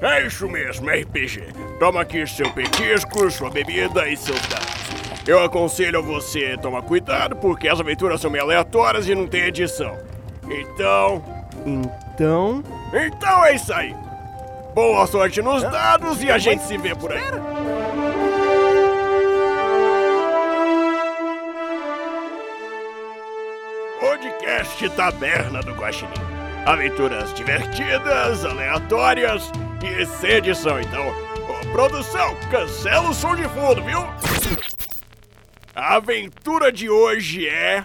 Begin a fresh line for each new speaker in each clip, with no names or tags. É isso mesmo, RPG. Toma aqui seu petisco, sua bebida e seus dados. Eu aconselho a você tomar cuidado, porque as aventuras são meio aleatórias e não tem edição. Então...
Então.
Então é isso aí. Boa sorte nos dados e a gente se vê por aí. Podcast Taberna do Guaxinim. Aventuras divertidas, aleatórias e sem edição, então. Ô, produção, cancela o som de fundo, viu? A aventura de hoje é...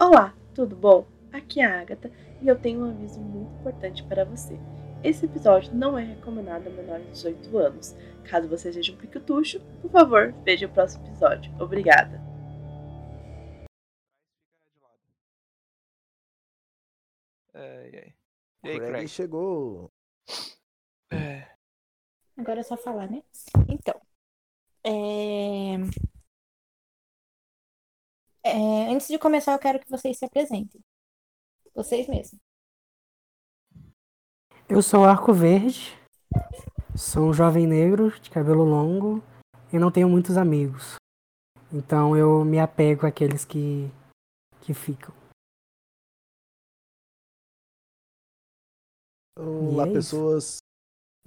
Olá, tudo bom? Aqui é a Agatha e eu tenho um aviso muito importante para você. Esse episódio não é recomendado a menores de 18 anos. Caso você seja um piquetucho, por favor, veja o próximo episódio. Obrigada!
Ai, ai. E aí,
Greg,
Craig?
chegou.
É,
Agora é só falar, né? Então. é, é, Antes de começar, eu quero que vocês se apresentem. Vocês mesmos.
Eu sou Arco Verde, sou um jovem negro de cabelo longo e não tenho muitos amigos. Então eu me apego àqueles que, que ficam.
Olá,
E é isso.
pessoas.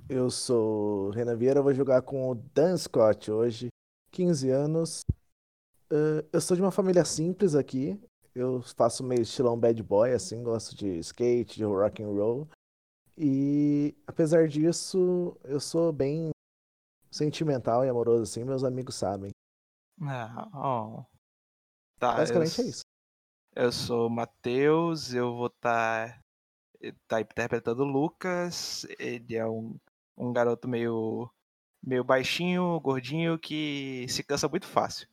Eu sou Renan Vieira, vou jogar com o Dan Scott hoje, 15 anos. Ah, eu sou de uma família simples aqui. Eu faço meio estilão bad boy, assim, gosto de skate, de rock and roll. E apesar disso, eu sou bem sentimental e amoroso, assim, meus amigos sabem.
Ah, ó. Tá, eu
Basicamente é
s-
isso.
Eu sou o Matheus, eu vou estar tá interpretando o Lucas. Ele é um, um garoto meio, meio baixinho, gordinho, que se cansa muito fácil.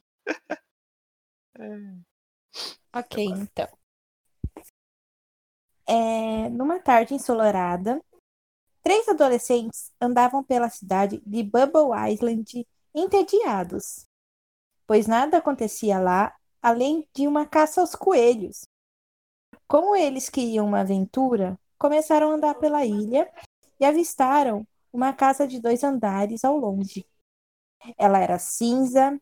Ok, então. É, numa tarde ensolarada, três adolescentes andavam pela cidade de Bubble Island entediados, pois nada acontecia lá além de uma caça aos coelhos. Como eles queriam uma aventura, começaram a andar pela ilha e avistaram uma casa de dois andares ao longe. Ela era cinza,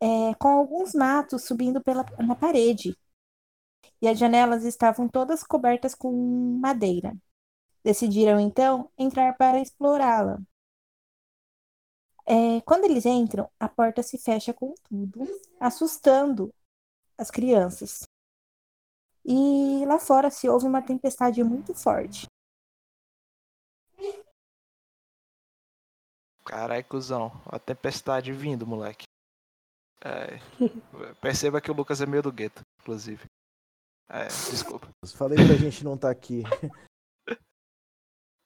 é, com alguns matos subindo pela, na parede. E as janelas estavam todas cobertas com madeira. Decidiram então entrar para explorá-la. É, quando eles entram, a porta se fecha com tudo, assustando as crianças. E lá fora se ouve uma tempestade muito forte.
Carai, cuzão. A tempestade vindo, moleque. Ai, perceba que o Lucas é meio do gueto, inclusive. É, desculpa.
Falei pra gente não estar aqui.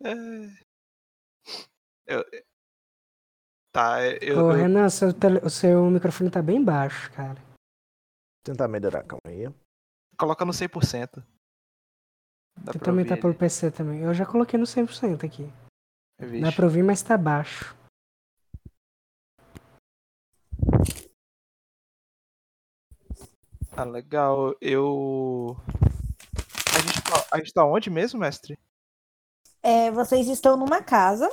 É. Eu- Tá, eu,
Ô,
eu-
Renan, seu tele- o seu microfone tá bem baixo, cara.
Tentar melhorar, calma aí.
Coloca no 100%. Dá
Eu
pra
também tá
ouvir
pelo PC também. Eu já coloquei no 100% aqui.
ele.
Dá
Vixe.
pra ouvir, mas tá baixo.
Ah, legal. Eu... A gente, tá, a gente tá onde mesmo, mestre?
É, vocês estão numa casa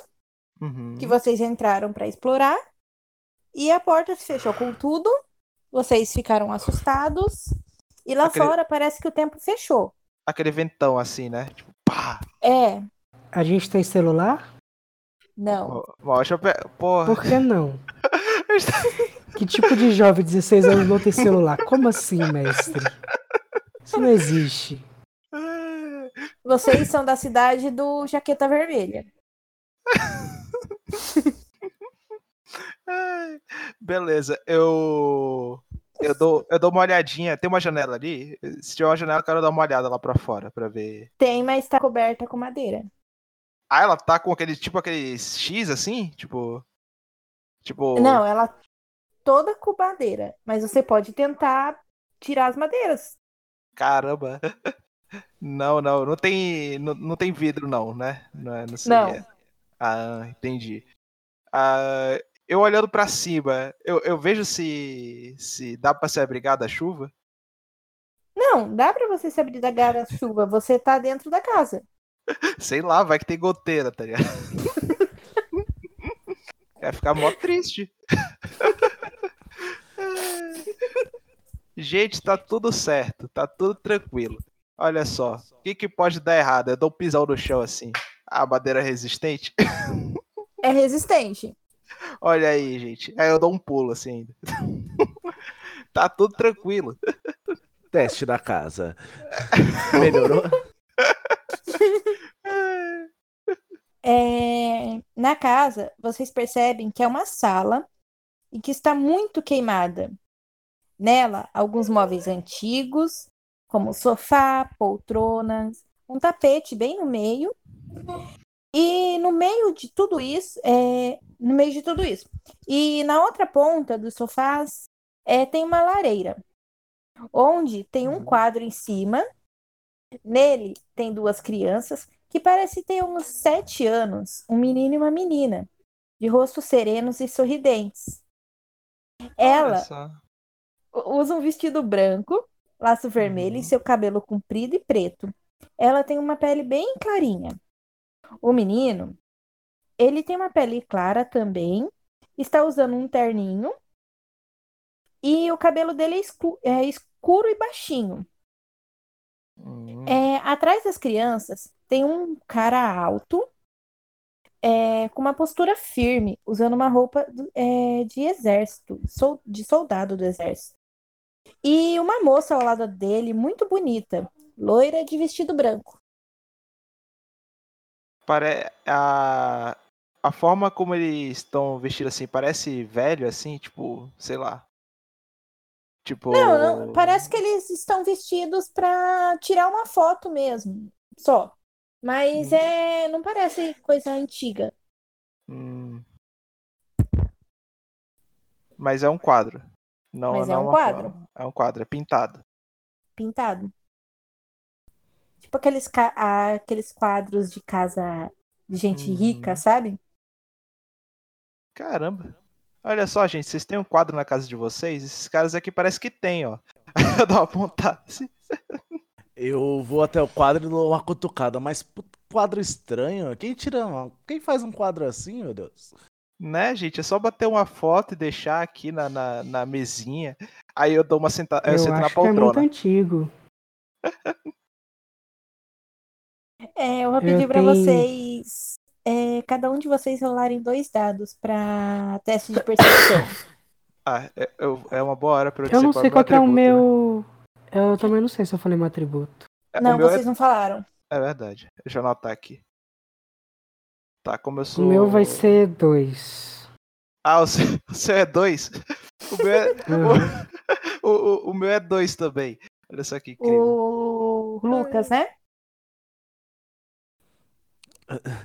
Uhum.
que vocês entraram para explorar e a porta se fechou com tudo. Vocês ficaram assustados e lá
Acre-
fora parece que o tempo fechou.
Aquele ventão assim, né? Tipo, pá!
É,
A gente tem celular?
não.
Uma uma ótima... pe- Porra,
Por que não? Que tipo de jovem de 16 anos não tem celular? Como assim, mestre? Isso não existe.
Vocês são da cidade do Jaqueta Vermelha.
Ai, Beleza, eu. Eu dou, eu dou uma olhadinha. Tem uma janela ali? Se tiver uma janela, eu quero dar uma olhada lá pra fora pra ver.
Tem, mas tá coberta com madeira.
Ah, ela tá com aquele tipo aquele X assim? Tipo. Tipo.
Não, ela toda com madeira, mas você pode tentar tirar as madeiras.
Caramba. Não, não, não tem. Não, não tem vidro, não, né? Não, é- não sei.
Não.
é. Ah, entendi. Ah, eu olhando pra cima, eu, eu vejo se. se dá pra se abrigar da chuva.
Não, dá pra você se abrir da gara-chuva, você tá dentro da casa.
Sei lá, vai que tem goteira, tá ligado? Vai ficar mó triste. Gente, tá tudo certo, tá tudo tranquilo. Olha só, o que, que pode dar errado? Eu dou um pisão no chão assim. A madeira é resistente?
É resistente.
Olha aí, gente. Aí eu dou um pulo assim ainda. tá tudo tranquilo.
Teste da casa. Melhorou?
É, Na casa, vocês percebem que é uma sala e que está muito queimada. Nela, alguns móveis antigos, como sofá, poltronas, um tapete bem no meio. E no meio de tudo isso, é, no meio de tudo isso. E na outra ponta dos sofás, é, tem uma lareira, onde tem um quadro em cima. Nele tem duas crianças que parece ter uns sete anos, um menino e uma menina, de rostos serenos e sorridentes.
Olha
Ela
só.
usa um vestido branco, laço vermelho e seu cabelo comprido e preto. Ela tem uma pele bem clarinha. O menino, ele tem uma pele clara também, está usando um terninho e o cabelo dele é escu- é escuro e baixinho.
Hum,
É, atrás das crianças tem um cara alto, é, com uma postura firme, usando uma roupa do- é, de exército, sol- de soldado do exército. E uma moça ao lado dele, muito bonita, loira de vestido branco.
pare- a... a forma como eles estão vestidos assim, parece velho assim, tipo, sei lá. Tipo.
Não, não, parece que eles estão vestidos para tirar uma foto mesmo, só. Mas é, não parece coisa antiga.
Hum. Mas é um quadro. Não,
Mas é
não
um
uma
quadro.
forma. É um quadro, é pintado.
pintado. Tipo aqueles, ca- ah, aqueles quadros de casa de gente
Uhum.
rica, sabe?
Caramba. Olha só, gente, vocês têm um quadro na casa de vocês? Esses caras aqui parece que tem, ó. Eu dou uma pontada. assim.
Eu vou até o quadro e dou uma cutucada, mas puto, quadro estranho. Quem tira uma... Quem faz um quadro assim, meu Deus?
Né, gente? É só bater uma foto e deixar aqui na, na, na mesinha. Aí eu dou uma sentada. Eu,
eu
sento na
acho que é muito
poltrona.
antigo.
É, eu vou
Eu
pedir pra
tenho-
vocês, é, cada um de vocês rolarem dois dados pra teste de percepção.
Ah, é- eu- é uma boa hora pra eu
Eu
dizer
não
qual
sei qual que é o
atributo, né?
meu. Eu também não sei se eu falei meu atributo.
É, o
Não,
meu é-
vocês não falaram.
É verdade. Deixa eu anotar aqui. Tá, como eu
O
sou.
meu vai ser dois.
Ah, o seu, o seu é dois? O meu é,
Uhum.
o, o- o meu é dois também. Olha só que incrível.
O Lucas, né?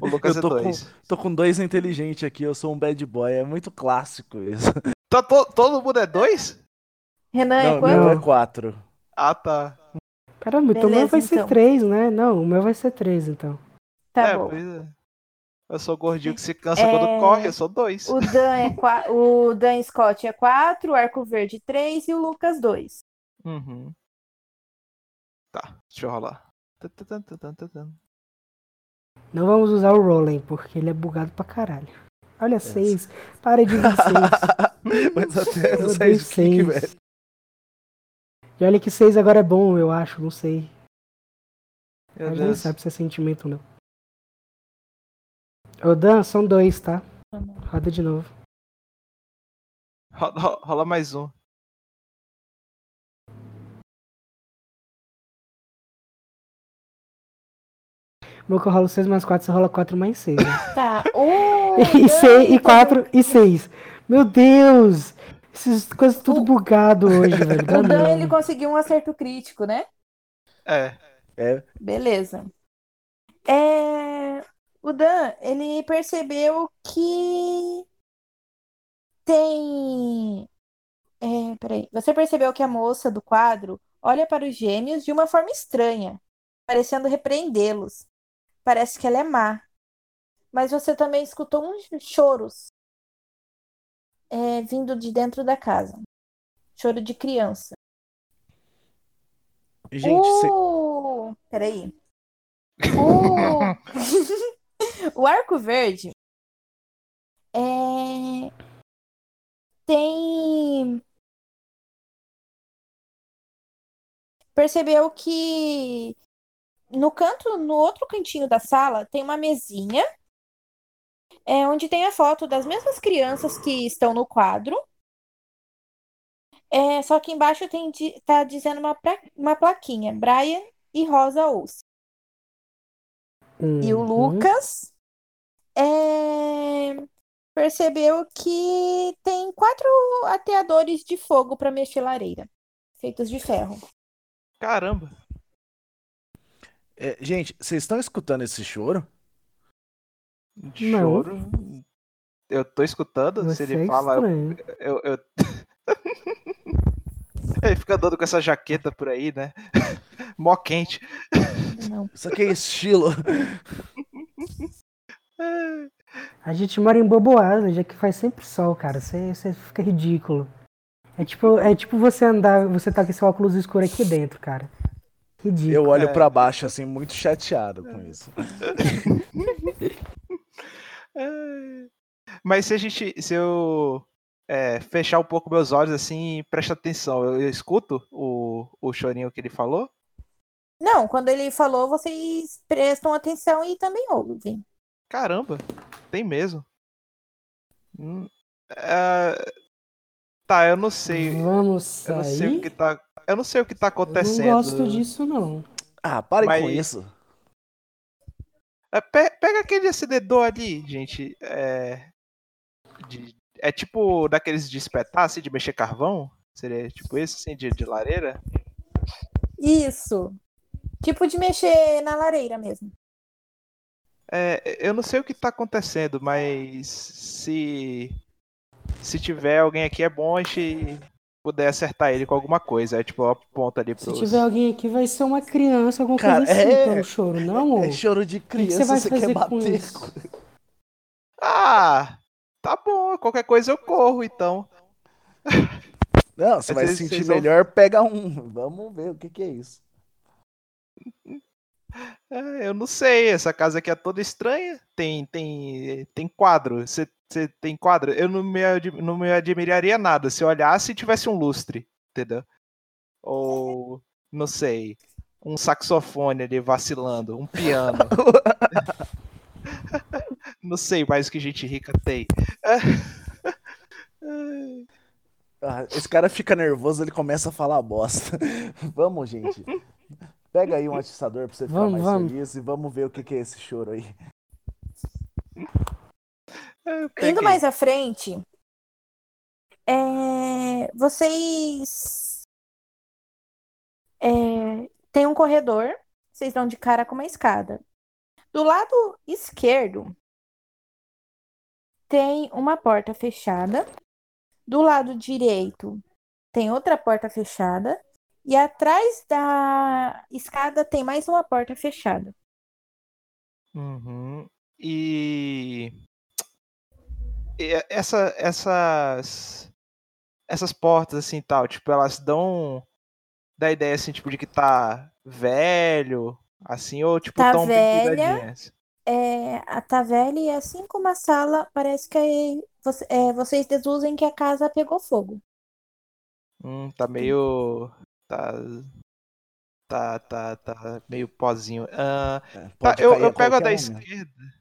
O, Lucas
Eu
é
tô com-
dois.
Tô com dois inteligentes aqui, eu sou um bad boy. É muito clássico isso.
Tá, to- todo mundo é dois?
Ah,
Renan, é
Não,
quanto?
meu é quatro.
Ah, tá.
Caramba, então o meu
Beleza,
vai ser
então.
três, né? Não, o meu vai ser três, então.
Tá
é,
bom.
pois é. Eu sou gordinho que se cansa
É.
quando corre, eu sou dois.
O Dan, é qua- o Dan Scott é 4, o Arco Verde 3 e o Lucas 2.
Uhum. Tá, deixa eu rolar. Tan, tan, tan, tan, tan, tan, tan.
Não vamos usar o Rolling, porque ele é bugado pra caralho.
É.
Olha, seis. Parei de ver seis.
É. mas até
Eu odeio
não sei de que,
seis.
velho.
E olha que seis agora é bom, eu acho, não sei.
Meu
a gente não
Deus.
sabe se é sentimento ou não. Ô Dan, são dois, tá? Roda de novo.
Rola, rola- rola mais um.
Meu que eu rolo seis mais quatro, você rola quatro mais seis. né?
Tá. O
e,
Dan
seis, e
tá
quatro e seis. Meu Deus! Essas coisas tudo
O-
bugado hoje, velho. Dá
O Dan,
não.
ele conseguiu um acerto crítico, né?
É.
É,
Beleza. É... O o Dan, ele percebeu que tem. É, peraí. Você percebeu que a moça do quadro olha para os gêmeos de uma forma estranha, parecendo repreendê-los. Parece que ela é má. Mas você também escutou uns choros é, vindo de dentro da casa choro de criança.
Gente,
Oh!
cê-
o... Uh! Peraí. O... o arco verde é... tem. Percebeu que no canto, no outro cantinho da sala, tem uma mesinha é, onde tem a foto das mesmas crianças que estão no quadro. É, só que embaixo tem, di- tá dizendo uma, pra- uma plaquinha, Brian e Rosa Ouça. E o
Uhum.
Lucas é, percebeu que tem quatro ateadores de fogo para mexer lareira, feitos de ferro.
Caramba.
é, gente, vocês estão escutando esse choro?
De
Não.
choro. Eu tô escutando,
Você
se ele
é
fala, eu-
estranho.
eu. eu... ele fica andando com essa jaqueta por aí, né? Mó quente.
Não.
Isso aqui é estilo.
A gente mora em Bobo Island, é que faz sempre sol, cara. Você você fica ridículo. É tipo, é tipo você andar, você tá com seu óculos escuro aqui dentro, cara. Ridículo.
Eu olho pra baixo, assim, muito chateado com isso.
Ai. Mas se a gente. Se eu é, fechar um pouco meus olhos assim, presta atenção. Eu, eu escuto o, o chorinho que ele falou.
Não, quando ele falou, vocês prestam atenção e também ouvem.
Caramba, tem mesmo. Hum, ah, tá, eu não sei.
Vamos
Eu não sei o que
sair.
tá. Eu não sei o que tá
Eu
acontecendo.
não gosto disso, não.
Ah, parem com
Mas-
isso.
É, pe- pega aquele acendedor ali, gente. É. de- é tipo daqueles de espetar, assim, de mexer carvão? Seria tipo esse, assim, de, de lareira?
Isso. Tipo de mexer na lareira mesmo.
É, eu não sei o que tá acontecendo, mas se. Se tiver alguém aqui é bom a gente puder acertar ele com alguma coisa. É tipo, aponta ali
Se
pros.
tiver alguém aqui, vai ser uma criança, alguma
Cara,
coisa assim,
é-
pelo choro, não, amor?
É choro de
que
criança,
você vai
você
fazer
quer
com
bater.
isso?
Ah! Tá bom, qualquer coisa eu corro então.
Não, você
Mas
vai se
vocês-
sentir
vocês vão-
melhor, pega um. Vamos ver o que, que é isso.
É, eu não sei, essa casa aqui é toda estranha. Tem tem tem quadro. Você tem quadro? Eu não me, ad- não me admiraria nada se eu olhasse e tivesse um lustre, entendeu? Ou não sei, um saxofone ali vacilando, um piano. não sei mais o que gente rica tem.
Ah, esse cara fica nervoso, ele começa a falar bosta. Vamos, gente. Pega aí um atiçador pra você ficar
Vamos,
mais
vamos.
feliz e vamos ver o que, que é esse choro aí.
É, peguei.
Indo mais à frente, é, vocês é, tem um corredor, vocês dão de cara com uma escada. Do lado esquerdo tem uma porta fechada. Do lado direito tem outra porta fechada. E atrás da escada tem mais uma porta fechada.
Uhum. E e e- essa, essas essas portas assim tal, tipo, elas dão da ideia assim, tipo, de que tá velho, assim, ou tipo,
Tá
tão bem
velha.
cuidadinhas.
É, a Tavelli, assim como a sala, parece que aí voce- é, vocês deduzem que a casa pegou fogo.
Hum, tá meio tá tá tá, tá meio pozinho. Ah,
É,
tá,
pode
eu,
cair
eu pego a da
qualquer momento.
esquerda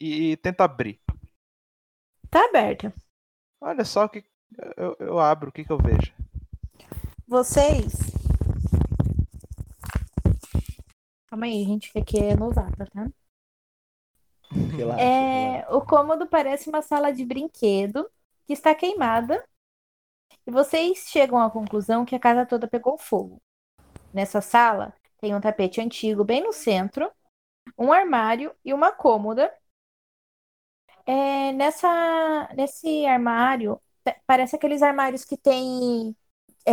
e, e tento abrir.
Tá aberta.
Olha só o que eu, eu abro, o que que eu vejo?
Vocês. Calma aí, gente, que aqui é novato, tá?
Relaxa, relaxa.
É, o cômodo parece uma sala de brinquedo que está queimada. E vocês chegam à conclusão que a casa toda pegou fogo. Nessa sala tem um tapete antigo bem no centro, um armário e uma cômoda É, nessa, nesse armário, pa- parece aqueles armários que tem é,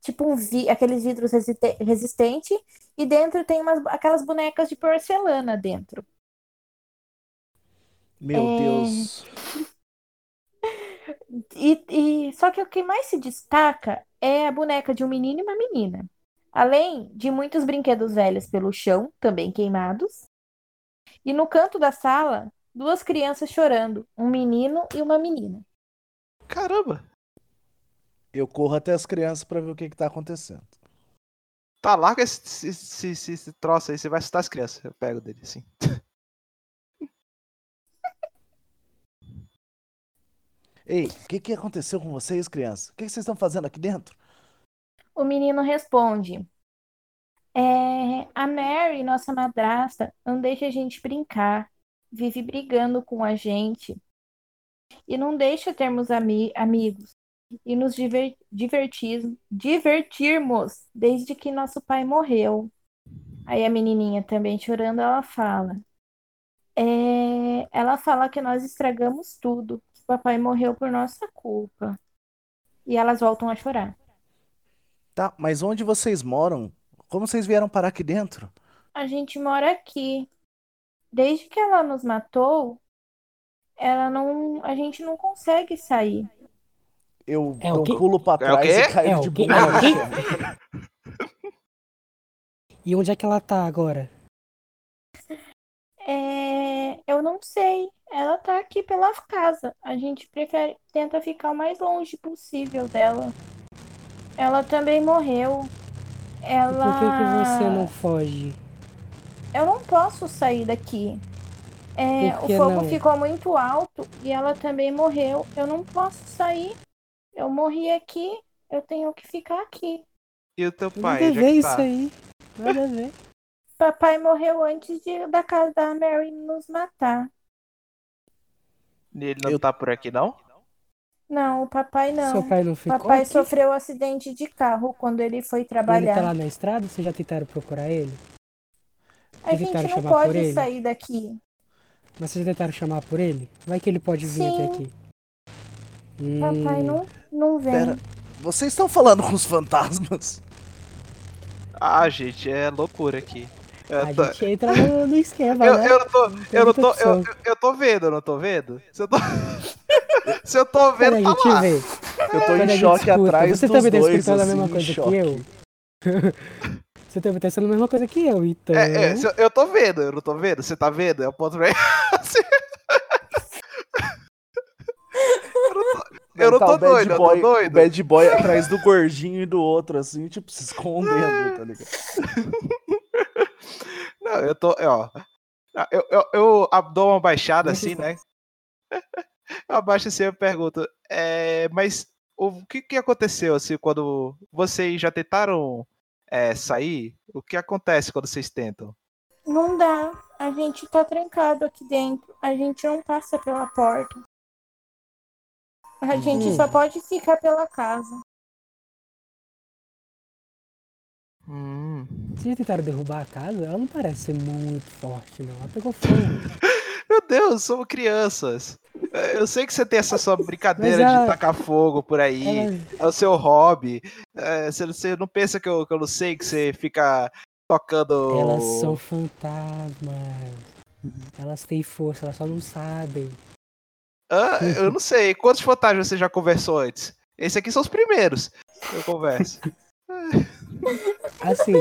tipo um vi- aqueles vidros resiste- resistente e dentro tem umas, aquelas bonecas de porcelana dentro.
Meu
É.
Deus.
E, e- só que o que mais se destaca é a boneca de um menino e uma menina. Além de muitos brinquedos velhos pelo chão, também queimados. E no canto da sala, duas crianças chorando, um menino e uma menina.
Caramba,
Eu corro até as crianças pra ver o que que tá acontecendo.
tá larga esse, esse, esse- esse- esse troço aí, você vai assustar as crianças. Eu pego dele assim.
Ei, o que que aconteceu com vocês, crianças? O que que vocês estão fazendo aqui dentro?
O menino responde: "É, a Mary, nossa madrasta, não deixa a gente brincar, vive brigando com a gente e não deixa termos ami- amigos e nos diver- divertis- divertirmos desde que nosso pai morreu. Aí a menininha também chorando, ela fala. "É, ela fala que nós estragamos tudo, que papai morreu por nossa culpa. E elas voltam a chorar.
Tá, mas onde vocês moram? Como vocês vieram parar aqui dentro?
A gente mora aqui. Desde que ela nos matou, ela não, a gente não consegue sair.
Eu
É o
dou
quê?
um pulo pra
É o
trás
quê?
e
É
caio de
o quê?
bunda
É o
no
quê?
chão.
E onde é que ela tá agora?
É, eu não sei. Ela tá aqui pela casa. A gente prefere, tenta ficar o mais longe possível dela. Ela também morreu.
E por que
Ela.
que você não foge?
Eu não posso sair daqui. É,
Por
o
que
fogo
não?
ficou muito alto e ela também morreu. Eu não posso sair. Eu morri aqui. Eu tenho que ficar aqui.
E o teu pai?
Nada a
onde é
ver
que
isso
tá?
aí. Nada a ver.
Papai morreu antes de, da casa da Mary nos matar.
E Ele não
Eu-
tá por aqui, não?
Não, o papai não.
Seu pai não ficou
Papai
aqui?
sofreu um acidente de carro quando ele foi
Ele tá
trabalhar.
lá na estrada? Vocês já tentaram procurar ele?
A gente não
evitaram chamar por
pode
ele?
sair daqui.
Mas vocês tentaram chamar por ele? Vai que ele pode vir até
Sim.
aqui. Hum,
Papai não, não vem.
Pera, vocês estão falando com os fantasmas?
Ah, gente, é loucura aqui. Eu
a
tô-
gente entra no, no esquema,
Eu,
né?
eu não tô,
tem
eu não
muita
tô, eu,
opção.
eu- eu tô vendo, eu não tô vendo? Se eu tô, se eu tô
Quando a
vendo, tá
gente
lá.
vê,
Eu tô
quando a
em
gente
choque
escuta,
atrás
você
dos
também tá
dois,
escutando a
assim,
mesma
em
coisa que
choque.
eu? Você também tá sendo a mesma coisa que eu, então.
É, é, se eu, eu tô vendo, eu não tô vendo. Você tá vendo? Eu aponto pra ele. Assim. Eu não tô, eu não
Tá
tô
o bad
doido, eu tô
boy-
doido.
O bad boy atrás do gordinho e do outro, assim, tipo, se escondendo, tá ligado?
Não, eu tô, é, ó. Ah, Eu, eu, eu ab- dou uma baixada
Muito
assim, né? Eu abaixo assim e eu pergunto, é, mas o que, que aconteceu assim quando vocês já tentaram é, sair? O que acontece quando vocês tentam?
Não dá. A gente tá trancado aqui dentro. A gente não passa pela porta. A gente
Hum.
só pode ficar pela casa.
Vocês já tentaram derrubar a casa? Ela não parece ser muito forte, não. Ela pegou fogo.
Meu Deus, somos crianças. É, Eu sei que você tem essa sua brincadeira
ela-
de tacar fogo por aí.
Ela
é o seu hobby. É, você, não- você não pensa que eu, que eu não sei que você fica tocando.
Elas são fantasmas. Elas têm força, elas só não sabem.
Hã? eu não sei. Quantos fantasmas você já conversou antes? Esse aqui são os primeiros que eu converso.
Assim,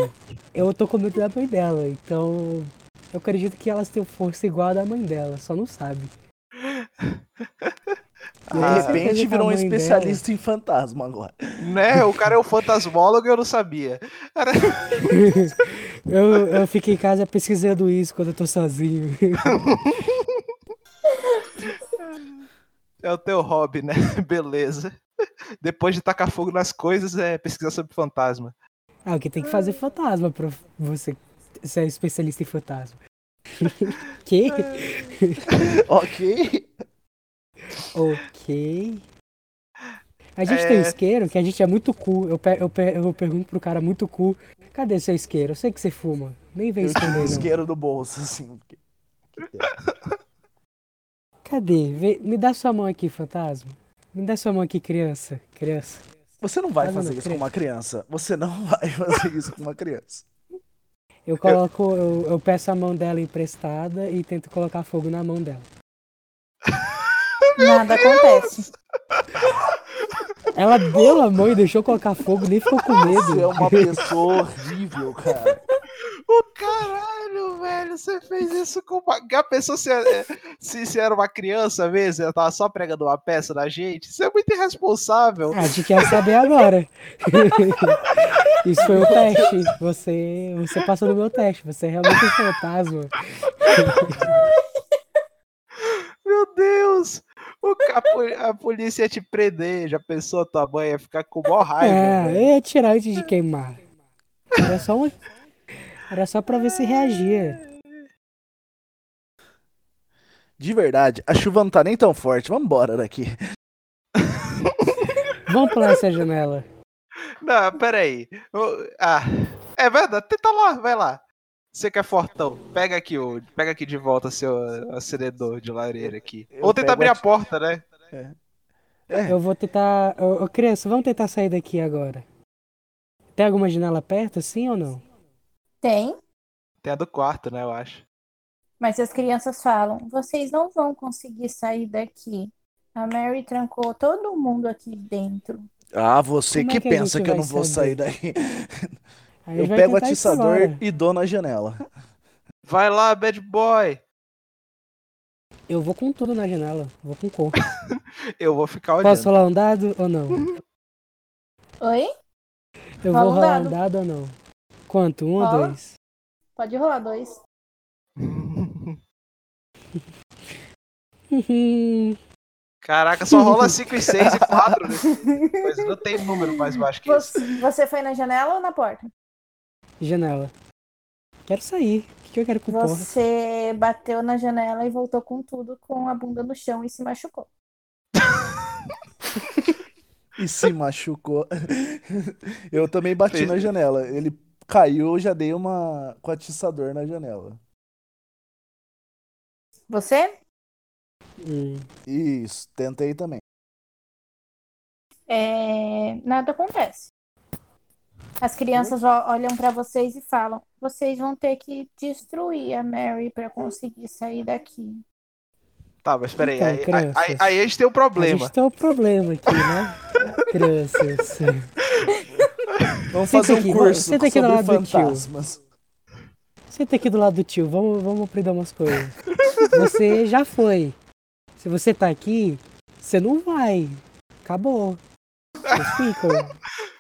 eu tô com medo da mãe dela, então eu acredito que elas têm força igual a da mãe dela, só não sabe.
De
Ah,
repente virou um especialista em fantasma agora.
né? O cara é um fantasmólogo e eu não sabia.
eu, eu fico em casa pesquisando isso quando eu tô sozinho.
É o teu hobby, né? Beleza. Depois de tacar fogo nas coisas, é pesquisar sobre fantasma.
Ah, o que tem que fazer fantasma pra você ser especialista em fantasma. que?
ok.
Ok. A gente tem um
É.
isqueiro que a gente é muito cu. Eu, pe- eu, pe- eu pergunto pro cara muito cu, cadê seu isqueiro? Eu sei que você fuma. Nem vem
Eu
esconder,
tinha um
não.
isqueiro no bolso, assim. porque-
Cadê? Vê- me dá sua mão aqui, fantasma. Me dá sua mão aqui, criança. Criança.
Você não vai
Tá
fazer
vendo,
isso
criança?
com uma criança. Você não vai fazer isso com uma criança.
Eu coloco, eu, eu peço a mão dela emprestada e tento colocar fogo na mão dela.
Nada acontece.
Ela deu a mão e deixou colocar fogo, nem ficou com
Você é
medo.
uma pessoa horrível, cara.
O caralho, velho, você fez isso com uma. A pessoa se, é, se, se era uma criança mesmo, ela tava só pregando uma peça na gente. Isso é muito irresponsável.
A gente quer saber agora. Isso foi o teste. Você, você passou no meu teste. Você é realmente um fantasma.
Meu Deus! O, ca- a, poli- a polícia ia te prender, já pensou a tua mãe ia ficar com mó raiva. né?
É,
velho.
eu ia tirar antes de queimar. Era só uma... Era só pra ver se reagia.
De verdade, a chuva não tá nem tão forte. Vamos embora daqui.
Vamos pular essa janela.
Não, peraí. O- Ah, é verdade, tenta lá, vai lá. Você que é fortão, pega aqui, o, pega aqui de volta seu acendedor de lareira aqui.
Eu
Ou tenta
pego
abrir a
aqui.
porta, né?
É,
Eu vou tentar. Ô, ô, criança, vamos tentar sair daqui agora. Tem alguma janela perto, sim ou não?
Tem,
Tem a do quarto, né, eu acho.
mas as crianças falam: vocês não vão conseguir sair daqui. A Mary trancou todo mundo aqui dentro.
Ah, você
Como é
que,
que a
pensa
gente
que eu
vai
não vou sair
saber?
daí.
A gente
Eu
vai
pego o
tentar isso
atiçador
agora.
e dou na janela.
Vai lá, bad boy.
Eu vou com tudo na janela. Vou com cor.
Eu vou ficar olhando.
Posso rolar um dado ou não?
Oi?
Eu
Rola
vou
um
rolar um
dado.
dado ou não? Quanto? Um ou
Rola.
dois?
Pode rolar dois.
Uhum.
Caraca, só rola 5 e 6 e 4. Mas não tem número mais baixo que isso.
Você, você foi na janela ou na porta?
janela. Quero sair. O que que eu quero com porra?
Você bateu na janela e voltou com tudo, com a bunda no chão e se machucou.
E se machucou. Eu também bati
Fez-
na janela. Ele caiu, eu já dei uma com o atiçador na janela.
Você?
Hum.
Isso, tentei também.
É, Nada acontece. As crianças ó- olham pra vocês e falam: vocês vão ter que destruir a Mary pra conseguir sair daqui.
Tá, mas peraí.
Então,
aí, aí,
crianças.
aí- aí a gente tem um
A
problema.
gente tem um problema aqui, né? Crianças.
Vamos
Senta
fazer um
aqui, vamos-
curso
senta aqui do
sobre
lado do tio.
fantasmas.
Senta aqui do lado do tio, vamos, vamos aprender umas coisas. Você já foi. Se você tá aqui, você não vai. Acabou. Vocês ficam.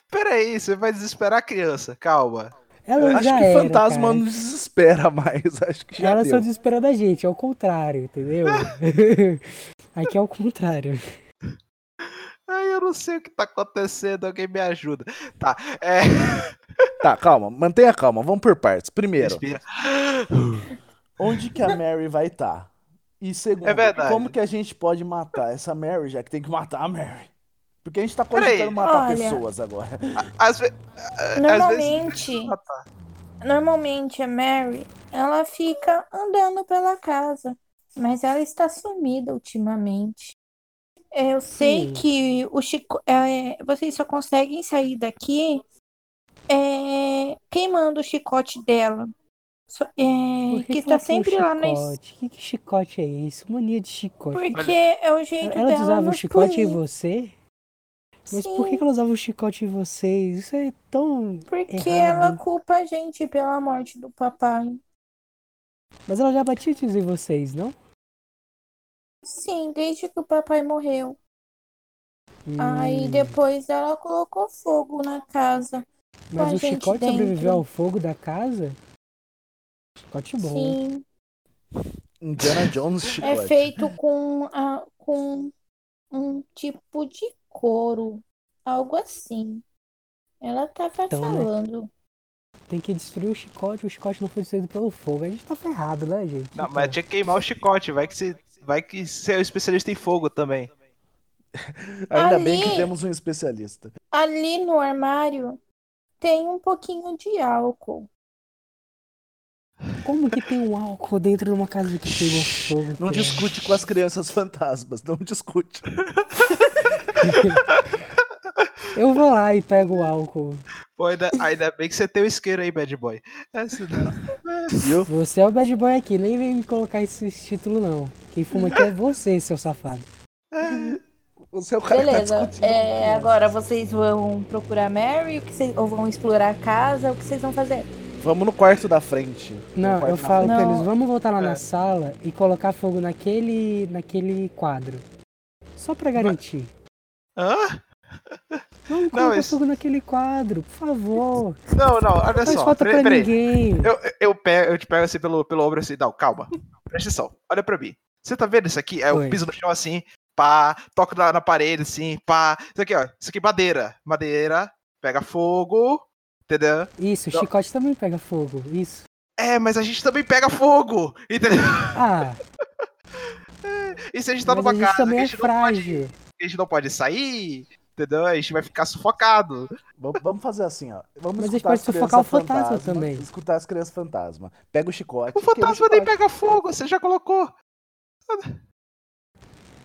Peraí, você vai desesperar a criança. Calma.
Ela
Acho
já
que
era,
fantasma
cara.
não desespera mais. Acho que já
Elas
deu.
estão desesperando a gente, é o contrário, entendeu? Aqui é o contrário.
Ai, eu não sei o que tá acontecendo. Alguém me ajuda. Tá, é.
Tá, calma, mantenha a calma. Vamos por partes. Primeiro,
Respira.
onde que a Mary vai estar? E segundo,
É verdade.
como que a gente pode matar essa Mary, já que tem que matar a Mary? Porque a gente tá
Peraí.
cogitando matar
Olha.
pessoas agora.
Às ve- às vezes.
Normalmente,
Ah, tá.
normalmente a Mary ela fica andando pela casa, mas ela está sumida ultimamente. Eu sei
Sim.
que o Chico, é, vocês só conseguem sair daqui é, queimando o chicote dela, Só- é,
Por
que
ela
está
tem um
sempre lá na es-
chicote? Que, que chicote é isso? Mania de chicote.
porque é o jeito
Ela
dela
usava o
nos
chicote em
punir.
você? Mas por que
Sim,
que ela usava o chicote em vocês? Isso é tão.
porque
errado?
ela culpa a gente pela morte do papai.
Mas ela já batia em vocês, não?
Sim, desde que o papai morreu. Aí
Hum,
depois ela colocou fogo na casa.
Mas
com a
o
gente
chicote
dentro.
sobreviveu ao fogo da casa? Chicote bom. hein?
Sim,
Indiana Jones,
é
chicote.
feito com, a, com um tipo de couro, algo assim. Ela tava
Então, né?
falando.
Tem que destruir o chicote, o chicote não foi destruído pelo fogo. A gente tá ferrado, né, gente?
Não, mas tinha que queimar o chicote. Vai que você, vai que você é um especialista em fogo também.
Ainda bem que
Ali-
temos um especialista.
Ali no armário tem um pouquinho de álcool.
Como que tem um álcool dentro de uma casa que pegou fogo?
Não
cara?
discute com as crianças fantasmas, não discute.
Eu vou lá e pego o álcool.
Pô, ainda, ainda bem que você tem o isqueiro aí, bad boy. É, senão-
Viu?
Você é o bad boy aqui, nem vem me colocar esse título não. Quem fuma aqui é você, seu safado.
Você é o cara que tá
Beleza.
discutindo.
É, agora vocês vão procurar Mary o que vocês- ou vão explorar a casa? O que vocês vão fazer?
Vamos no quarto da frente. No
Não,
quarto
eu
da
falo pra
Não.
eles, vamos voltar lá
É.
na sala e colocar fogo naquele, naquele quadro. Só pra garantir.
Hã?
Vamos colocar
esse-
fogo naquele quadro, por favor.
Não, não, olha
Não faz
só.
falta
Peraí,
pra
peraí.
ninguém.
Eu, eu, pego, eu te pego assim pelo, pelo ombro assim, não, calma. Presta atenção, olha pra mim. Você tá vendo isso aqui? É
Oi.
o piso no chão assim, pá, toco na, na parede assim, pá. Isso aqui, ó. Isso aqui é madeira. Madeira, pega fogo, entendeu?
Isso, o
Não.
chicote também pega fogo, isso.
É, mas a gente também pega fogo, entendeu?
Ah,
E se a gente tá
mas
numa
a gente
casa que
também
a
é
gente, não pode,
frágil.
a gente não pode sair, entendeu? A gente vai ficar sufocado.
Vamos, vamos fazer assim, ó. Vamos
Mas a gente
escutar
pode
as crianças
sufocar o fantasma
fantasma,
também.
Escutar as crianças fantasma. Pega o chicote.
O
que a gente
fantasma nem
pode-
pega fogo, você já colocou.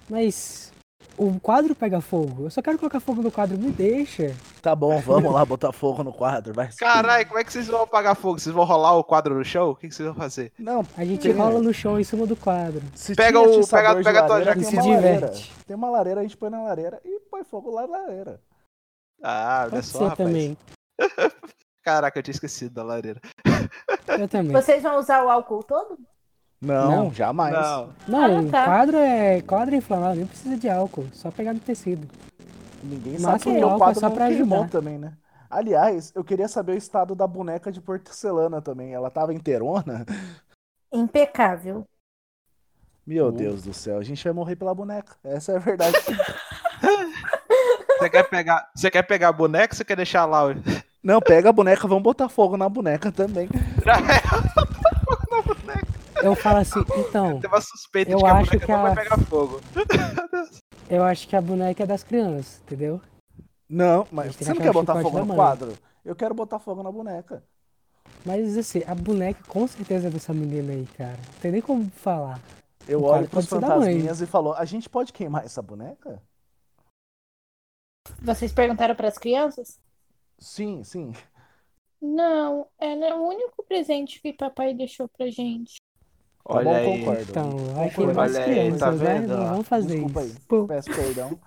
Mas o quadro pega fogo. Eu só quero colocar fogo no quadro, me deixa.
Tá bom, vamos lá botar fogo no quadro. Vai.
Caralho, como é que vocês vão apagar fogo? Vocês vão rolar o quadro no chão? O que que vocês vão fazer?
Não,
A gente
Sim.
rola no chão em cima do quadro.
se
Pega
tinha
o-
esse
pega-
sabor de
pega a tua
lareira,
jaqueta
tem
e
uma
se diverte.
lareira. Tem uma lareira, a gente põe na lareira e põe fogo lá na lareira.
Ah, olha
Pode
só,
ser
rapaz.
também.
Caraca, eu tinha esquecido da lareira.
Eu também.
Vocês vão usar o álcool todo?
Não,
Não.
jamais.
Não,
Não,
Ah, tá.
quadro é quadro é inflamável, nem precisa de álcool, só pegar no tecido.
Ninguém
Mas
sabe
ok,
que o
álcool
quadro
é só
não
pra
queimou
ajudar.
também, né? Aliás, eu queria saber o estado da boneca de porcelana também. Ela tava inteirona?
Impecável.
Meu
Uh.
Deus do céu, a gente vai morrer pela boneca. Essa é a verdade.
você quer pegar, você quer pegar a boneca ou você quer deixar lá? o-
Não, pega a boneca, vamos botar fogo na boneca também.
Eu falo assim, então,
Tem uma suspeita
Eu
de que a
acho
boneca
que
não
a-
vai pegar fogo.
eu acho que a boneca é das crianças, entendeu?
Não,
Mas
mas
tem
você não
aquela
quer botar
chicote
fogo
na
no
mão.
quadro? Eu quero botar fogo na boneca.
Mas assim, a boneca com certeza é dessa menina aí, cara. Não tem nem como falar.
Eu
O quadro
olho
pode
pros
ser da mãe.
fantasminhas e falo, a gente pode queimar essa boneca?
Vocês perguntaram para as crianças?
Sim, sim.
Não, ela é o único presente que papai deixou pra gente.
Tá bom, concordo.
Então, vai
Concordo.
queimar as
Olha aí, tá
crianças, né?
vendo,
Não
ó?
vamos fazer
Desculpa
isso.
aí.
Pô,
Peço perdão.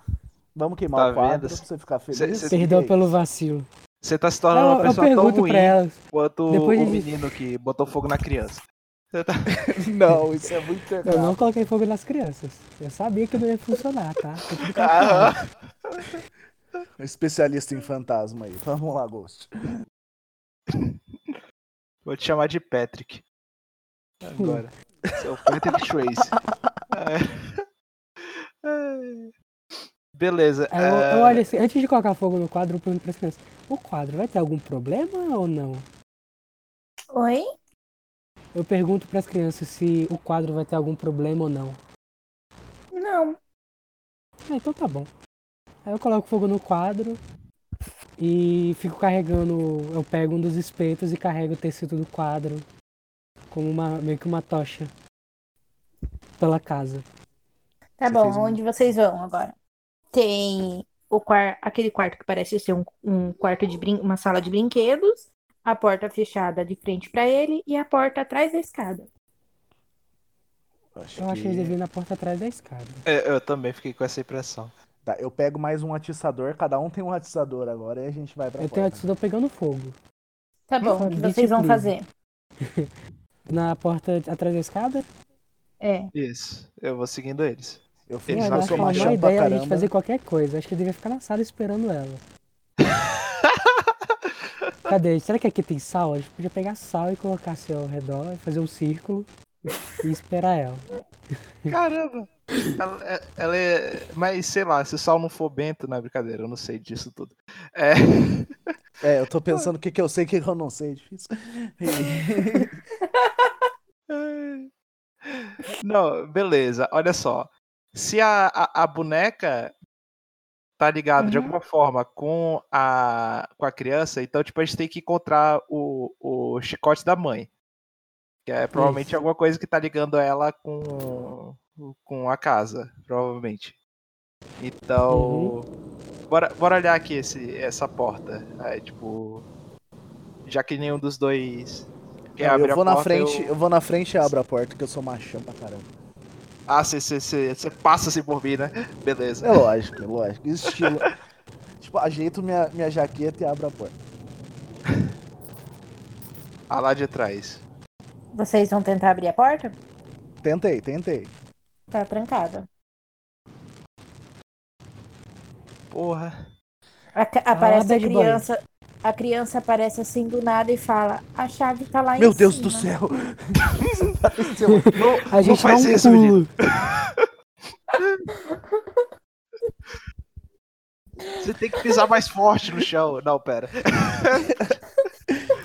Vamos queimar
Tá
o quadro
vendo?
pra você ficar feliz.
cê-
perdão
E é
pelo
isso.
vacilo.
Você tá se tornando
Eu,
uma
eu
pessoa tão
pergunto
ruim
pra elas.
quanto
depois
o
de-
menino que botou fogo na criança. Você tá-
Não, isso é muito
Eu não
errado.
coloquei fogo nas crianças. Eu sabia que não ia funcionar, tá? Tá tudo calculado.
Ah,
Um Especialista em fantasma aí. Vamos lá, Ghost.
vou te chamar de Patrick. Agora. Seu Patrick Trace. É. É. Beleza.
Aí eu,
é,
eu olho assim, antes de colocar fogo no quadro, eu pergunto pras crianças, o quadro vai ter algum problema ou não?
Oi?
Eu pergunto pras crianças se o quadro vai ter algum problema ou não.
Não.
Ah, então tá bom. Aí eu coloco fogo no quadro e fico carregando. Eu pego um dos espetos e carrego o tecido do quadro como uma, meio que uma tocha pela casa.
Tá
Você
bom,
fez um-
onde vocês vão agora? Tem o quar... aquele quarto que parece ser um, um quarto de brin... uma sala de brinquedos, a porta fechada de frente pra ele e a porta atrás da escada.
Acho
Eu acho que eles
que-
deviam ir na porta atrás da escada.
é, eu também fiquei com essa impressão.
Tá, eu pego mais um atiçador, cada um tem um atiçador agora e a gente vai pra
Eu tenho a
porta.
tesoura pegando fogo.
Tá bom, o que
Família
vocês vão
surpresa.
fazer?
Na porta atrás da escada?
É.
Isso. Eu vou seguindo eles.
Eu
Eles
finjo
eu
que eu
acho
sou
uma má
machão pra
ideia a
caramba.
gente fazer qualquer coisa. Acho que eu devia ficar na sala esperando ela. Cadê? Será que aqui tem sal? A gente podia pegar sal e colocar assim ao redor, e fazer um círculo e esperar ela.
Caramba! Ela, é- ela é. Mas sei lá, se o sal não for bento, não é brincadeira, eu não sei disso tudo. É,
É, eu tô pensando o que, que eu sei e o que, que eu não sei. É difícil.
Não, beleza, olha só. Se a, a, a boneca tá ligada de
Uhum.
alguma forma com a, com a criança, então tipo, a gente tem que encontrar o, o chicote da mãe. Que é provavelmente
Isso.
alguma coisa que tá ligando ela com, com a casa, provavelmente. Então.
Uhum.
Bora, bora olhar aqui esse, essa porta. Aí, tipo. Já que nenhum dos dois quer
Não,
abrir
eu vou
a
na
porta,
frente, eu...
eu-
vou na frente e abro a porta, que eu sou machão pra caramba.
Ah, você passa assim por mim, né? Beleza.
É lógico, é lógico. Estilo. tipo, ajeito minha, minha jaqueta e abro a porta.
Ah, lá de trás.
Vocês vão tentar abrir a porta?
Tentei, tentei.
Tá trancada.
Porra.
A
Ah,
ca- aparece a
bad boy.
criança. A criança aparece assim do nada e fala: A chave tá lá em
Meu Deus do
cima."
céu!
A gente
faz
dá um
isso,
pulo.
Você tem que pisar mais forte no chão. Não, pera.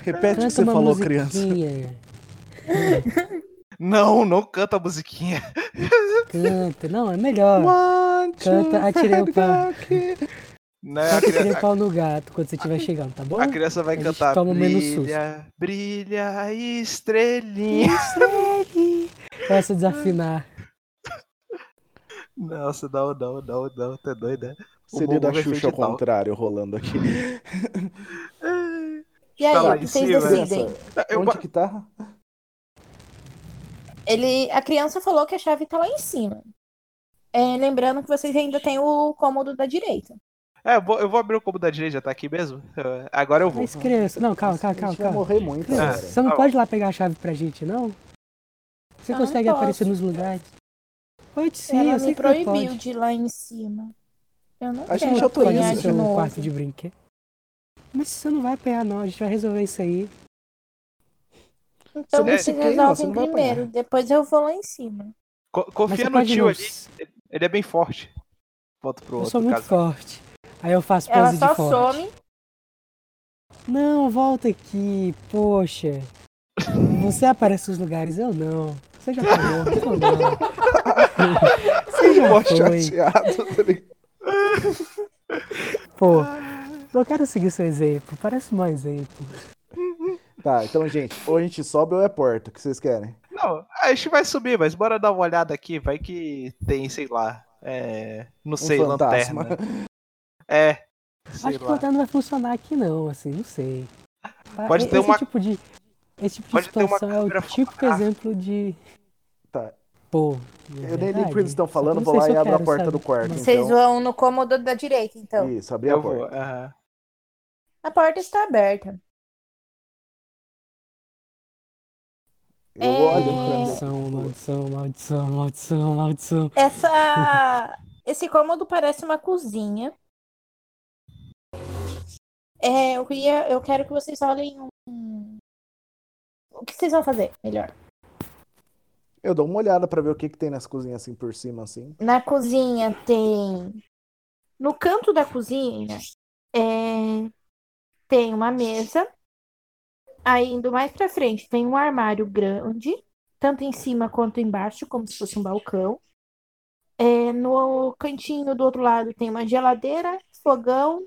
Repete o que
Canta
você
uma
falou, criança.
musiquinha.
Não, não canta a musiquinha.
Canta. Não, é melhor.
One,
Canta, atirei o pau.
Né?
Só
A,
que eu tirei
criança,
o pau no gato quando você estiver chegando, tá bom?
a criança vai
A gente
cantar.
toma menos susto.
Brilha, brilha, estrelinha.
Começa a desafinar.
Tá
Nossa, não, não, não, não. Tá doida. O
Seria da
Bobo vai
Xuxa ao
vegetal.
contrário, rolando aqui.
E aí,
Tá lá
ó,
em
vocês
cima.
decidem.
Eu,
Onde que tá?
Ele, a criança falou que a chave tá lá em cima. É, lembrando que vocês ainda têm o cômodo da direita.
é, eu vou, eu vou abrir o combo da direita, tá aqui mesmo? É, Agora eu vou.
Mas criança. Não, calma, calma,
A
calma,
gente vai
calma.
morrer muito né?
Criança,
agora.
você não
Tá
pode ir lá pegar a chave pra gente, não? Você
Ah,
consegue
posso.
aparecer nos lugares? Pode sim,
Ela
eu
me
sei é que você
proibiu
pode.
de ir lá em cima. Eu não
A
quero
gente
Ela pode
autoriza
apanhar
no
isso
de
seu
novo.
quarto de brinquedo. Mas você não vai apanhar, não. A gente vai resolver isso aí.
Então
Você
vocês
queima, você
resolvem
não vai
primeiro, depois eu vou lá em cima.
Co-
Mas
confia
você
no
pode
tio
não.
ali. Ele é bem forte. Volto pro
Eu
outro
sou muito
caso.
forte. Aí eu faço
Ela
pose
só
de forte.
some.
Não, volta aqui, poxa. Você aparece nos lugares, eu não. Você já falou, eu não. Você já
Mó
assim.
foi.
chateado, tá ligado?
Pô, eu quero seguir seu exemplo, parece um exemplo.
Tá, então, gente, ou a gente sobe ou é porta, o que vocês querem? Um
Não, a gente vai subir, mas bora dar uma olhada aqui. Vai que tem, sei lá. É. Não sei,
Um fantasma.
lanterna. É. Sei
Acho que o
lá.
lanterna não vai funcionar aqui não, assim, não sei. Ah,
Pode
e-
ter
esse
uma-
tipo de Esse tipo de
pode ter uma
situação é o
câmera
típico
fotográfica.
exemplo de...
Tá.
Pô,
Eu nem lembro o que eles estão
Só
falando,
não
vou
sei
lá
se
e
eu
abro a
quero,
porta
sabe?
do quarto.
Mas-
Vocês
então.
vão no cômodo da direita, então.
Isso, abri a
Eu vou.
porta.
aham.
A porta está aberta.
Eu olho
É.
pra
Maldição, maldição, maldição, maldição, maldição.
Essa, esse cômodo parece uma cozinha. É, eu queria, eu quero que vocês olhem um. O que vocês vão fazer? Melhor.
Eu dou uma olhada pra ver o que, que tem nas cozinhas assim por cima, assim.
Na cozinha tem. No canto da cozinha é, tem uma mesa. Aí indo mais pra frente tem um armário grande, tanto em cima quanto embaixo, como se fosse um balcão. É, no cantinho do outro lado tem uma geladeira, fogão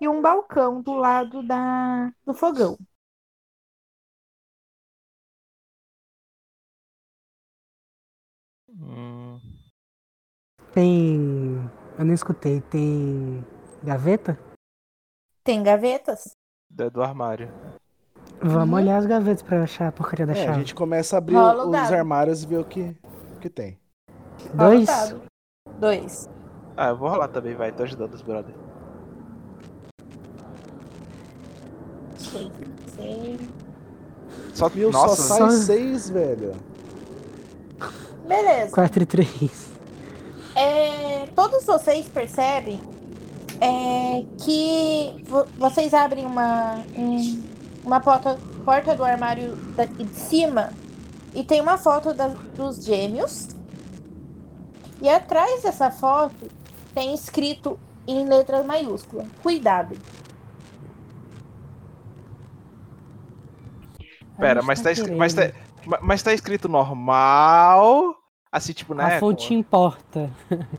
e um balcão do lado da, do fogão.
Hum,
Tem... Eu não escutei, tem... Gaveta?
Tem gavetas?
da- do armário.
Vamos
Uhum.
olhar as gavetas pra achar a porcaria da
É, a
chave.
gente começa a abrir
Rola o
os
dado.
armários e ver o que, o que tem. tá
Dois?
Anotado. Dois.
Ah, eu vou rolar também, vai. Tô ajudando os brother.
Seis.
Só
Meu,
Nossa,
só sai
só-
seis, velho.
Beleza.
Quatro e três.
É, todos vocês percebem é, que vo- vocês abrem uma, um- uma porta, porta do armário daqui de cima e tem uma foto da- dos gêmeos. E atrás dessa foto tem escrito em letras maiúsculas: Cuidado.
pera, mas tá, escri- mas, tá, ma- mas tá escrito normal. Assim, tipo, né?
A fonte
com-
importa.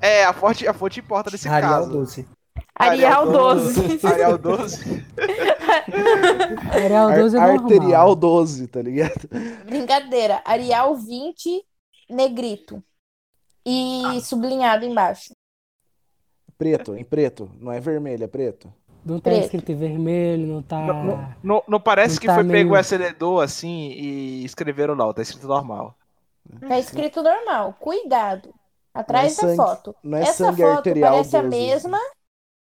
É, a fonte, a fonte importa nesse caso.
Arial 12.
Arial 12.
Arial 12 é
Ar-
normal.
arterial 12, tá ligado?
Brincadeira. Arial 20, negrito. E sublinhado embaixo.
Preto, em preto. Não é vermelho, é preto.
Não tá
Preto.
escrito em vermelho, não tá.
Não, não- não- não parece
Não
que
tá
foi pego
meio-
o acelerador assim e escreveram não, tá escrito normal.
Tá escrito normal. Cuidado. Atrás
Não é
da
sangue.
foto.
Não é
Essa
sangue
foto
arterial assim.
parece a
12.
mesma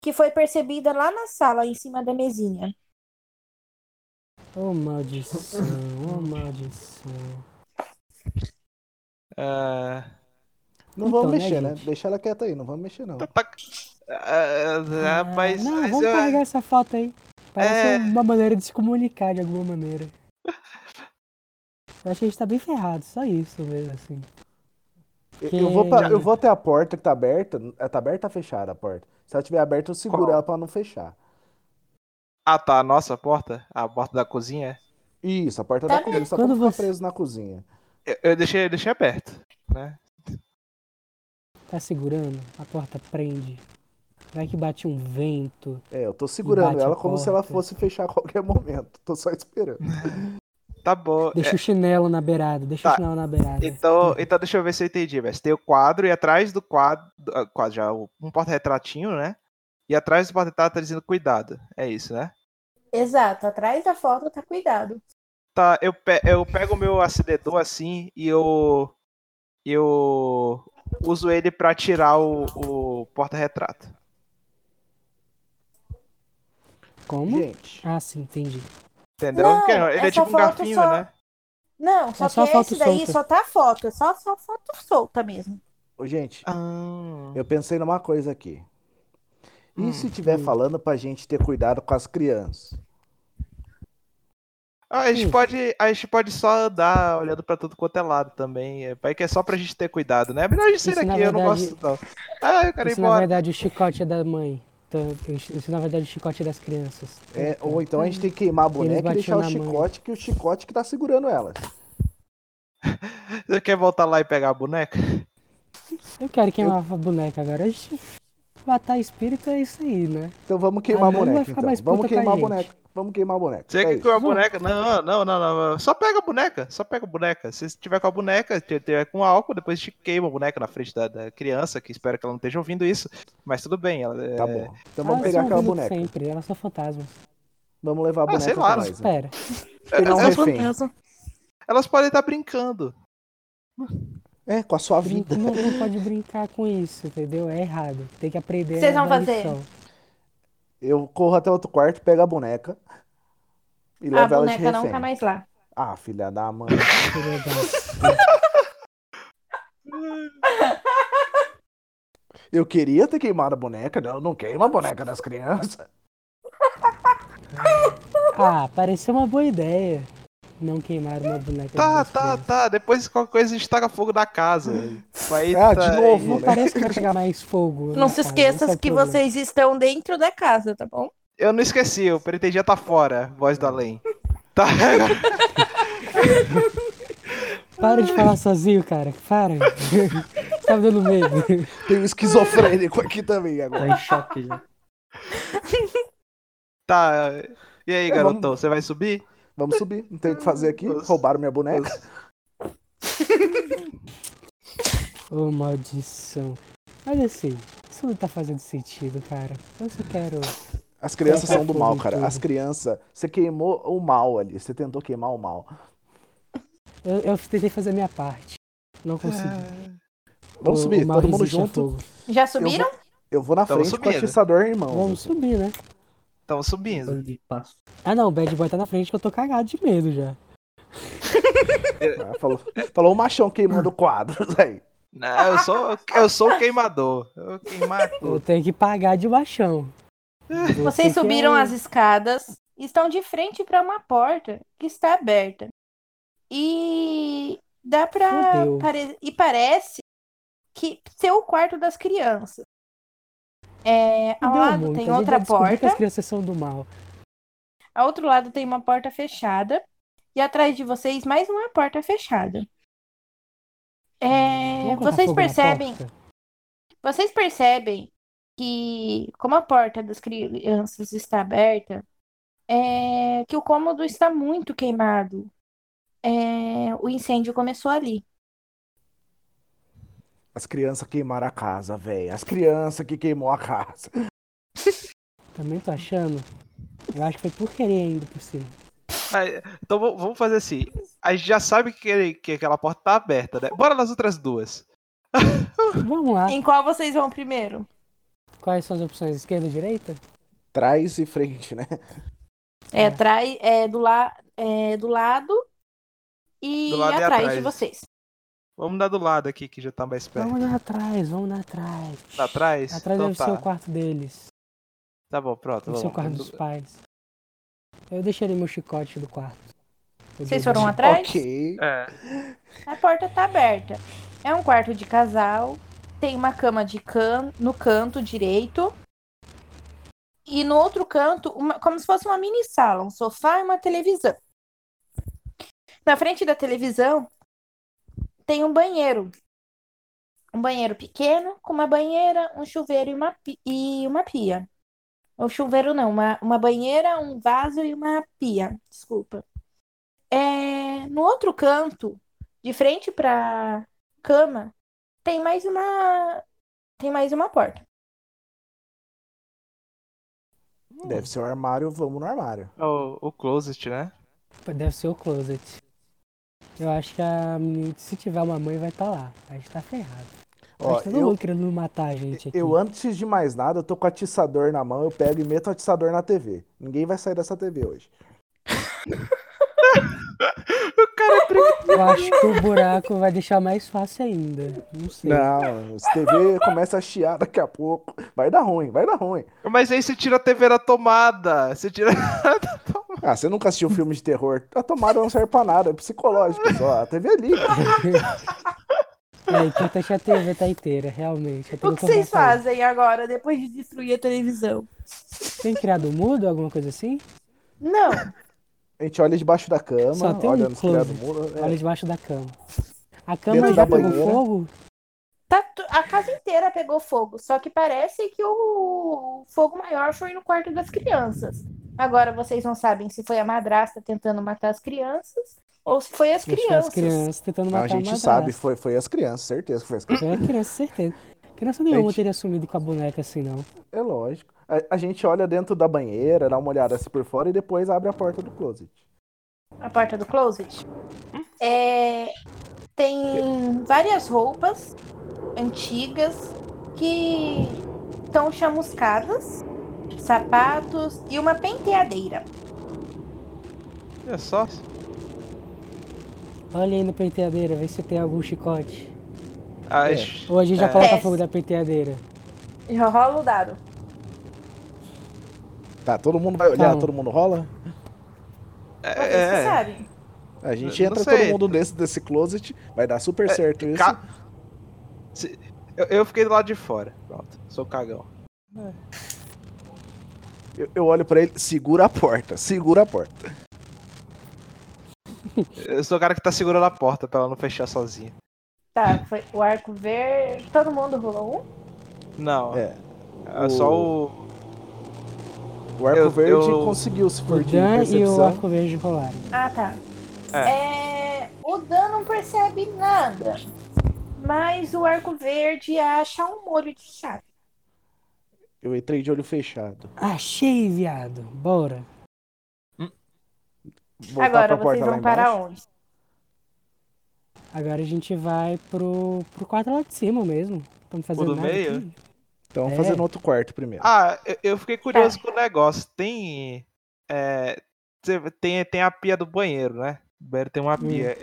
que foi percebida lá na sala, em cima da mesinha.
Ô maldição, ô maldição.
Ah,
Não vamos
Então, né,
mexer, né?
gente?
Deixa ela quieta aí, não vamos mexer, não.
tá- tá- ah, ah, mas,
não,
mas
vamos
eu-
carregar essa foto aí. Parece
É.
uma maneira de se comunicar de alguma maneira. Eu acho que a gente tá bem ferrado, só isso mesmo, assim.
Eu,
que-
eu vou pra- eu vou até a porta que tá aberta. É, Tá aberta ou fechada a porta? Se ela tiver aberta, eu seguro
Qual?
ela pra não fechar.
Ah, tá, a nossa porta, a porta da cozinha.
Isso, a porta
Tá
da cozinha. Só
Quando
pra não
você-
ficar preso na cozinha.
Eu, eu deixei, eu deixei aberto, né?
Tá segurando, a porta prende. Vai que bate um vento.
É, eu tô segurando
Bate a
ela como se ela
porta.
fosse fechar a qualquer momento. Tô só esperando.
Tá bom.
Deixa o chinelo na beirada, deixa o
Tá.
chinelo na beirada. Tá.
Então, então deixa eu ver se eu entendi, velho. Você tem o quadro e atrás do quadro. ah, quadro já, um porta-retratinho, né? E atrás do porta-retrato tá dizendo cuidado. É isso, né?
Exato, atrás da foto tá cuidado.
Tá, eu, pe- eu pego o meu acendedor assim e eu. Eu uso ele pra tirar o, o porta-retrato.
Como?
Gente,
Ah, sim, entendi.
Entendeu?
Não,
Porque ele
essa
é tipo um
foto
garfinho,
só-
né?
Não, só
É só
que
foto
esse daí
solta.
só tá foto, é só, só foto solta mesmo.
ô, gente,
Ah,
eu pensei numa coisa aqui. E
Hum,
se tiver falando pra gente ter cuidado com as crianças?
Ah, a, gente
Isso.
pode, a gente pode só andar olhando pra tudo quanto é lado também. É, vai que é só pra gente ter cuidado, né? É melhor a gente sair
Isso, na
daqui, eu não
verdade-
gosto não. Ah, eu quero ir
Isso na
embora.
verdade o chicote é da mãe. Então, Isso na verdade o chicote é das crianças.
É, ou então a gente tem que queimar a boneca e
Hum. batiam
deixar o
na mãe.
chicote, que o chicote que tá segurando ela.
Você quer voltar lá e pegar a boneca?
Eu quero queimar a boneca agora. A gente matar espírito é isso aí, né?
Então vamos queimar a
mãe vai
boneca,
ficar
então.
mais
Vamos
puta com a
queimar a
gente.
boneca. Vamos queimar a boneca.
Você
É
quer
isso.
com a boneca? Não, não, não, não. Só pega a boneca. Só pega a boneca. Se tiver com a boneca, se tiver com álcool, depois te queima a boneca na frente da, da criança, que espero que ela não esteja ouvindo isso. Mas tudo bem. Ela, é,
Tá bom. Então
Elas
vamos pegar
são
aquela
vivas
boneca.
Sempre, elas são fantasmas.
Vamos levar a
Ah,
boneca
sei
com
lá, é,
nós, né?
Espera.
Pegar um
elas,
refém.
elas podem estar brincando.
É, com a sua
Brin-
vida.
Não, não pode brincar com isso, entendeu? É errado. Tem que aprender.
Vocês
a
vão
dar
fazer?
lição.
Eu corro até outro quarto, pego a boneca e
A
levo ela de
boneca não
refém.
tá mais lá.
Ah, filha da mãe.
Que legal.
Eu queria ter queimado a boneca, não, não queima a boneca das crianças.
Ah, pareceu uma boa ideia. Não queimar uma boneca.
Tá,
das
tá,
crianças.
tá. Depois qualquer coisa a gente taca fogo na casa. Vai,
Ah, de
tá-
novo.
Não
né?
parece que vai pegar mais fogo.
Não
na
se
casa,
esqueça
esse é o
que
problema.
vocês estão dentro da casa, tá bom?
Eu não esqueci, eu pretendia estar fora, voz do além. Tá,
Para de falar sozinho, cara. Para. tá me dando medo.
Tem um esquizofrênico aqui também agora.
em choque já.
tá. E
É,
aí,
vamos-
garotão, você vai subir?
Vamos subir, não tem o que fazer aqui.
Nossa.
Roubaram minha
É,
boneca.
Ô, maldição. Olha assim, isso não tá fazendo sentido, cara. Eu só quero.
As crianças são do
Nossa.
mal, cara. As crianças. Você queimou o mal ali. Você tentou queimar o mal.
Eu, eu tentei fazer a minha parte. Não consegui.
É. Vamos
O-
subir,
o mal
todo mundo
resiste a
junto.
fogo.
Já subiram?
Eu vou na
Tamo
frente com o
subindo.
atiçador, assim, irmão.
Vamos subir, né?
Estamos subindo.
Ah não, o Bad Boy tá na frente que eu tô cagado de medo já.
Ah, Falou, falou o machão queimando quadros aí.
Não, eu sou, eu sou o queimador. Eu vou queimar
Eu
tudo.
tenho que pagar de baixão.
Vocês
que é-
subiram as escadas, estão de frente para uma porta que está aberta. E dá para
Fudeu.
e parece que ser o quarto das crianças. É, ao
Deu
lado
muito, a gente
tem
já
outra
descobriu
porta.
que as crianças são do mal.
Ao outro lado tem uma porta fechada. E atrás de vocês, mais uma porta fechada. É,
Vamos colocar
vocês
fogo na
percebem,
porta?
vocês percebem que, como a porta das crianças está aberta, é que o cômodo está muito queimado. É, o incêndio começou ali.
As crianças queimaram a casa, velho. As crianças que queimou a casa.
Também tô achando. Eu acho que foi por querer ainda por cima.
Aí, Então vamos vamos fazer assim. A gente já sabe que, que aquela porta tá aberta, né? Bora nas outras duas.
Vamos lá.
Em qual vocês vão primeiro?
Quais são as opções? Esquerda, direita?
Trás e frente, né?
É,
É.
atrás, é, do, la, é, do lado e
Do lado e
atrás, de
atrás.
vocês.
Vamos dar do lado aqui, que já tá mais perto.
Vamos lá atrás, vamos lá atrás.
Tá atrás?
Atrás
então
deve
tá.
ser o quarto deles.
Tá bom, pronto.
Deve ser o quarto dos
Vamos.
pais. Eu deixaria meu chicote do quarto. Eu
Vocês
dou-
foram atrás?
Ok.
É.
A porta tá aberta. É um quarto de casal. Tem uma cama de can no canto direito. E no outro canto, uma- como se fosse uma mini sala, um sofá e uma televisão. Na frente da televisão tem um banheiro. Um banheiro pequeno, com uma banheira, um chuveiro e uma, pi- e uma pia. Ou chuveiro não, uma, uma banheira, um vaso e uma pia. Desculpa. É, no outro canto, de frente pra cama tem mais uma tem mais uma porta.
Hum.
Deve ser o armário, vamos no armário.
É O, o closet, né?
Deve ser o closet. Eu acho que a menina, se tiver uma mãe, vai estar lá. A gente tá ferrado.
Ó,
Mas todo
eu,
mundo querendo matar a gente aqui.
eu, antes de mais nada, eu tô com o atiçador na mão, eu pego e meto o atiçador na TV. Ninguém vai sair dessa TV hoje.
Eu acho que o buraco vai deixar mais fácil ainda. Não sei.
Não, essa TV começa a chiar daqui a pouco. Vai dar ruim, vai dar ruim.
Mas aí você tira a TV da tomada. Você tira.
Ah, você nunca assistiu filme de terror? A tomada não serve pra nada, é psicológico só. A TV ali.
É importante a TV tá inteira, realmente. Eu
O
tenho
que vocês
conversado.
fazem agora depois de destruir a televisão?
Tem criado mudo, alguma coisa assim?
Não,
A gente olha debaixo da cama,
Só tem um
olha nos
closet.
criados muros.
Olha
É,
debaixo da cama. A cama
Dentro
já
da
pegou
banheira.
fogo?
tá tu- a casa inteira pegou fogo, só que parece que o fogo maior foi no quarto das crianças. Agora vocês não sabem se foi a madrasta tentando matar as crianças ou se foi as
Acho que as
crianças.
crianças tentando matar
a gente
madrasta.
sabe, foi, foi as crianças, certeza que foi as crianças.
Foi a criança, certeza. Criança nenhuma
Gente.
teria sumido com a boneca assim, não.
É lógico. A, a gente olha dentro da banheira, dá uma olhada assim por fora e depois abre a porta do closet.
a porta do closet. É, tem várias roupas antigas que estão chamuscadas, sapatos e uma penteadeira.
É só.
Olha aí na penteadeira, vê se tem algum chicote.
Ai,
É.
ch-
Ou a gente já
É.
coloca
Teste.
fogo da penteadeira.
Já rola o dado.
Tá, todo mundo vai olhar,
Tá.
todo mundo rola?
Vocês
É,
que
é,
sabem.
A gente
Eu não
entra
sei. É,
todo mundo desse, desse closet, vai dar super certo isso.
Ca- Se- Eu, eu fiquei do lado de fora. Pronto. Sou cagão.
Eu, eu olho pra ele, segura a porta, segura a porta.
Eu sou o cara que tá segurando a porta pra ela não fechar sozinha.
Tá, foi o arco verde. Todo mundo rolou um?
Não. É,
É,
só
o-
o.
o arco
Eu-
verde
eu-
conseguiu se
O
for de
Dan e o
percepção.
arco verde rolaram.
Ah, tá. É, o Dan não percebe nada, mas o arco verde acha um molho de chá.
Eu entrei de olho fechado.
Achei, viado. Bora.
Voltar
Agora
pra porta
vocês
lá
vão
embaixo.
para onde?
Agora a gente vai pro, pro quarto lá de cima mesmo. Estamos fazendo
do
nada
meio?
aqui.
Então,
É.
fazendo outro quarto primeiro.
Ah, eu, eu
Tá.
fiquei curioso com o negócio. Tem. É, cê- tem, tem a pia do banheiro, né? O banheiro tem uma
Hum.
pia.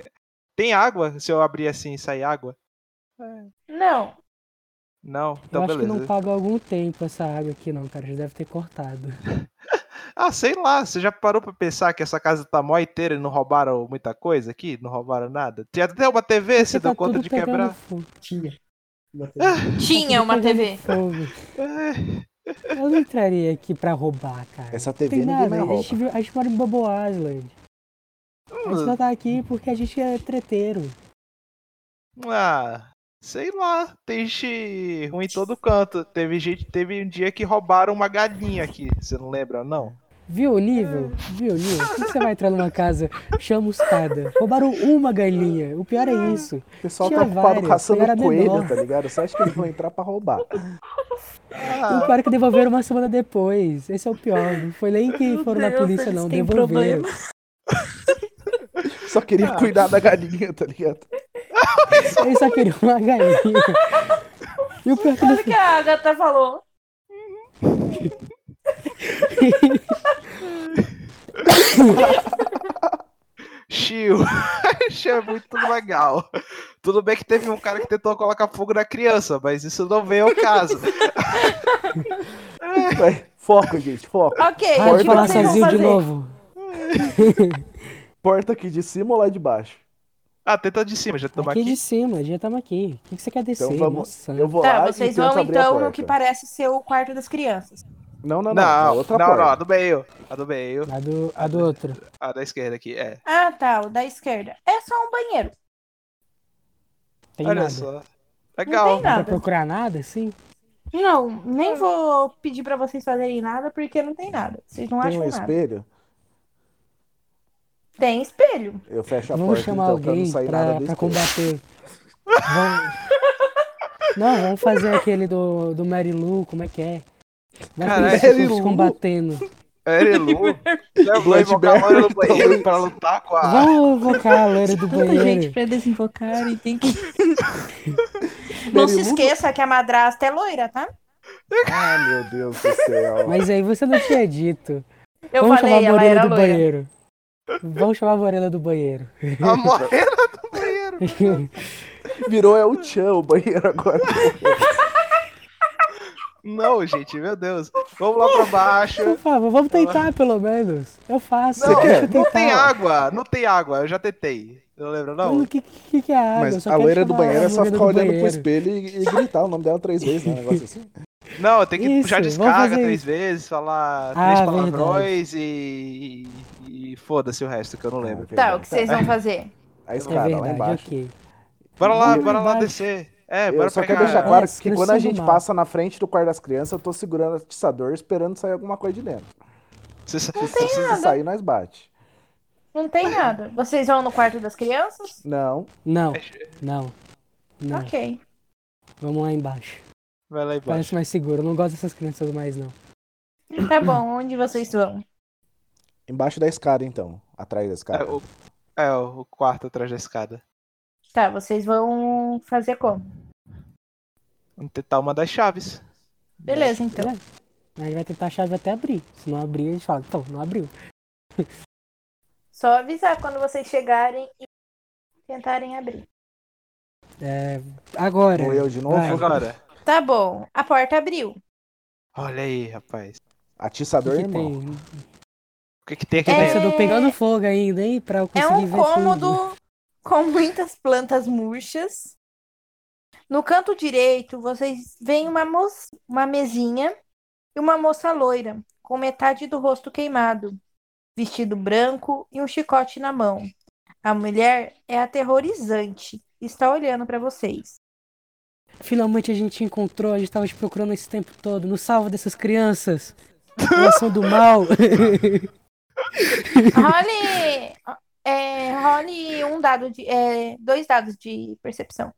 Tem água? Se eu abrir assim e sair água?
Não,
Não,
Eu
então
acho que não
beleza.
paga algum tempo essa água aqui não, cara. Já deve ter cortado.
Ah, sei lá, você já parou pra pensar que essa casa tá mó inteira e não roubaram muita coisa aqui? Não roubaram nada? Tinha até uma TV, você
Porque tá
deu conta
tudo
de
pegando
quebrar?
fogo. Tinha.
Tinha uma TV.
Fogo.
É,
Eu não entraria aqui pra roubar, cara.
Essa
Não
TV
tem
ninguém
nada.
mais
A
rouba. Hum.
gente, viu- a gente mora em Bobo Island. A gente só tá aqui porque a gente é treteiro.
Ah, Sei lá, tem gente ruim em todo canto. Teve gente, teve um dia que roubaram uma galinha aqui. Você não lembra, não?
Viu o nível? Viu o nível? Como você vai entrar numa casa chamuscada? Roubaram uma galinha. O pior é isso.
O pessoal
Tinha
tá ocupado
várias,
caçando
eu era
coelho,
menor.
tá ligado? Você acha que eles vão entrar pra roubar?
Ah,
O pior é que devolveram uma semana depois. Esse é o pior. Não foi nem que
Meu
foram na
Deus,
polícia,
eles
não.
têm
Devolveram.
problema.
Só queria
Ah.
cuidar da galinha, tá ligado?
Eles só queriam uma galinha. E o pior é que
Olha o que a Agatha falou.
Chiu, isso é muito legal. Tudo bem que teve um cara que tentou colocar fogo na criança, mas isso não veio ao caso.
Vai, foco, gente, foco.
Ok,
Ah,
o
Pode
que
falar
vocês vão
sozinho
fazer?
de novo.
Porta aqui de cima ou lá de baixo?
Ah, tenta de cima, já estamos
Aqui de
aqui.
cima, já estamos aqui. O que que você quer descer?
Então vamos.
Nossa.
Eu vou
Tá,
lá e
vocês
tento
vão
abrir a
então
porta.
no que parece ser o quarto das crianças.
Não, não, não.
Não, não,
é
não,
outra
não,
porta.
a do meio. A do meio.
A do, a do outro.
A da esquerda aqui, é.
Ah, tá, o da esquerda. É só um banheiro.
Tem
Olha
nada.
só. Legal.
nada.
Dá pra procurar nada, assim?
Não, nem vou pedir pra vocês fazerem nada porque não tem nada. Vocês não
Tem
acham
um
nada.
espelho.
Tem espelho.
Eu fecho a
Vamos
porta
chamar
então pra não
alguém
sair
pra,
nada do
pra
espelho.
combater. Vamos... Não, vamos fazer aquele do, do Mary Lou, como é que é? Vai
Caralho,
fazer pessoas
Mary Lou.
combatendo.
Erelu. Levou
Blood
invocar a
Bear,
loira do
talvez.
banheiro pra lutar com a.
Vamos invocar a loira do
Tanta gente
banheiro.
pra desinvocar e tem que.
Não se
Merimundo?
esqueça que a madrasta é loira, tá?
Ah, meu Deus do céu.
Mas aí você não tinha dito.
Eu
vamos
falei,
chamar a
ela
Morena
era
do
loira.
banheiro. Vamos chamar a Morena do banheiro.
A morena do banheiro.
Virou é o Tchan, o banheiro agora.
Não, gente, meu Deus. Vamos lá pra baixo.
Por favor, vamos tentar pelo menos. Eu faço.
Não,
deixa eu
não
Não
tentar.
tem água, não tem água, eu já tentei. Não lembra,
O
não?
que, que, que é água? Eu
Mas
só
a
quero
loira do
chamar a
banheiro é só
loira do
ficar olhando pro
banheiro.
espelho e, e gritar o nome dela três vezes, né? Um negócio assim.
Não, tem que
Isso,
puxar
vamos
descarga
fazer
três
isso.
vezes, falar
Ah,
três
verdade.
palavrões e. e, e foda-se o resto que eu não lembro.
Tá, o que vocês vão fazer?
A
É
escada lá
verdade,
embaixo.
ok.
Bora lá,
Eu-
bora lá
Vai.
descer. É,
eu
bora
só
pegar.
quero deixar claro
É,
que quando a
expressão do
gente
mal.
passa na frente do quarto das crianças, eu tô segurando o atiçador esperando sair alguma coisa de dentro.
Você sa-
Se
você-
sair, nós bate.
Não tem nada. Vocês vão no quarto das crianças?
Não.
Não, não, não.
Ok.
Vamos lá embaixo.
Vai lá embaixo.
Parece mais seguro. Eu não gosto dessas crianças mais, não.
Tá bom, onde vocês vão?
Embaixo da escada, então. Atrás da escada.
É
um
o, é, o quarto atrás da escada.
Tá, vocês vão fazer como?
Vamos tentar uma das chaves.
Beleza, então.
A gente vai tentar a chave até abrir. Se não abrir, a gente fala, então, não abriu.
Só avisar quando vocês chegarem e tentarem abrir.
É, agora.
Ou eu de novo.
Vai.
Agora.
Tá bom, a porta abriu.
Olha aí, rapaz.
O que
Atiçador, é
que
irmão.
tem?
O que, que tem aqui
Tem
É.
dentro?
pensador pegando fogo ainda, hein? Pra eu
É
conseguir
um
ver tudo.
cômodo com muitas plantas murchas. No canto direito, vocês veem uma, mo uma mesinha e uma moça loira, com metade do rosto queimado, vestido branco e um chicote na mão. A mulher é aterrorizante, está olhando para vocês.
Finalmente a gente encontrou, a gente tava te procurando esse tempo todo. Nos salva dessas crianças. Elas são do mal.
Role, é, role um dado de, é, dois dados de percepção.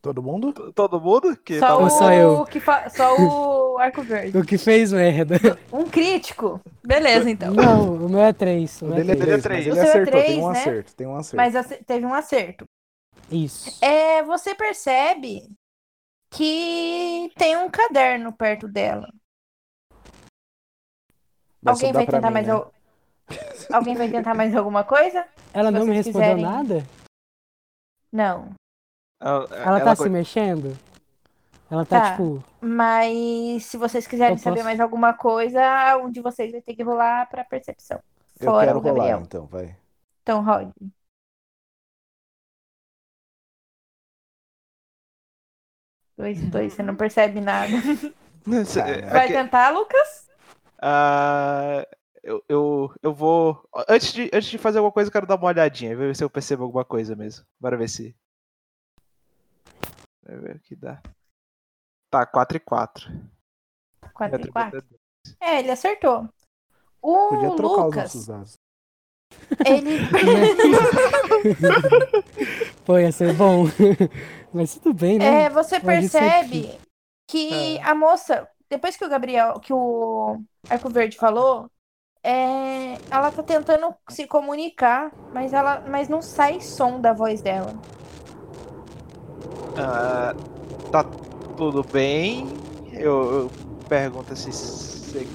Todo mundo?
T- Todo mundo? Que
Só
tá-
o,
Ou só eu?
que fa- só o arco verde.
o que fez merda.
Um crítico? Beleza, então.
Não, o meu é três. O
O
meu é
dele é
três.
três,
três.
mas
O
ele
seu é
acertou. Tem
três,
um
né?
acerto. Tem um acerto.
Mas ace- teve um acerto.
Isso.
É, você percebe que tem um caderno perto dela.
Vai
Alguém
sobrar
vai
pra
tentar
mim,
mais
né?
al- Alguém vai tentar mais alguma coisa?
Ela não me
vocês
respondeu
quiserem-
nada?
Não.
É, Ela,
Ela, tá
co-
se mexendo? Ela tá,
Tá.
tipo.
Mas se vocês quiserem
Eu
saber
posso-
mais alguma coisa, um de vocês vai ter que rolar pra percepção.
Eu
Fora
quero
o
rolar,
Gabriel.
então, vai.
Então, role. Dois, dois, você não
Uhum.
percebe nada.
Cê-
Cara.
tá
Vai
aqui-
tentar, Lucas?
Ah, eu, eu, eu vou. Antes de, antes de fazer alguma coisa, eu quero dar uma olhadinha, ver se eu percebo alguma coisa mesmo. Bora ver se. Deixa eu ver o que dá. Tá, 4 e 4.
4 e 4. É, ele acertou. O
Podia trocar os
Lucas,
nossos dados.
ele.
Pô, ia ser bom. Mas tudo bem, né?
É, você
Pode ser
percebe
É.
que a moça, depois que o Gabriel, que o Arco Verde falou, é, ela tá tentando se comunicar, mas ela, mas não sai som da voz dela.
Ah, tá tudo bem? Eu, eu pergunto se você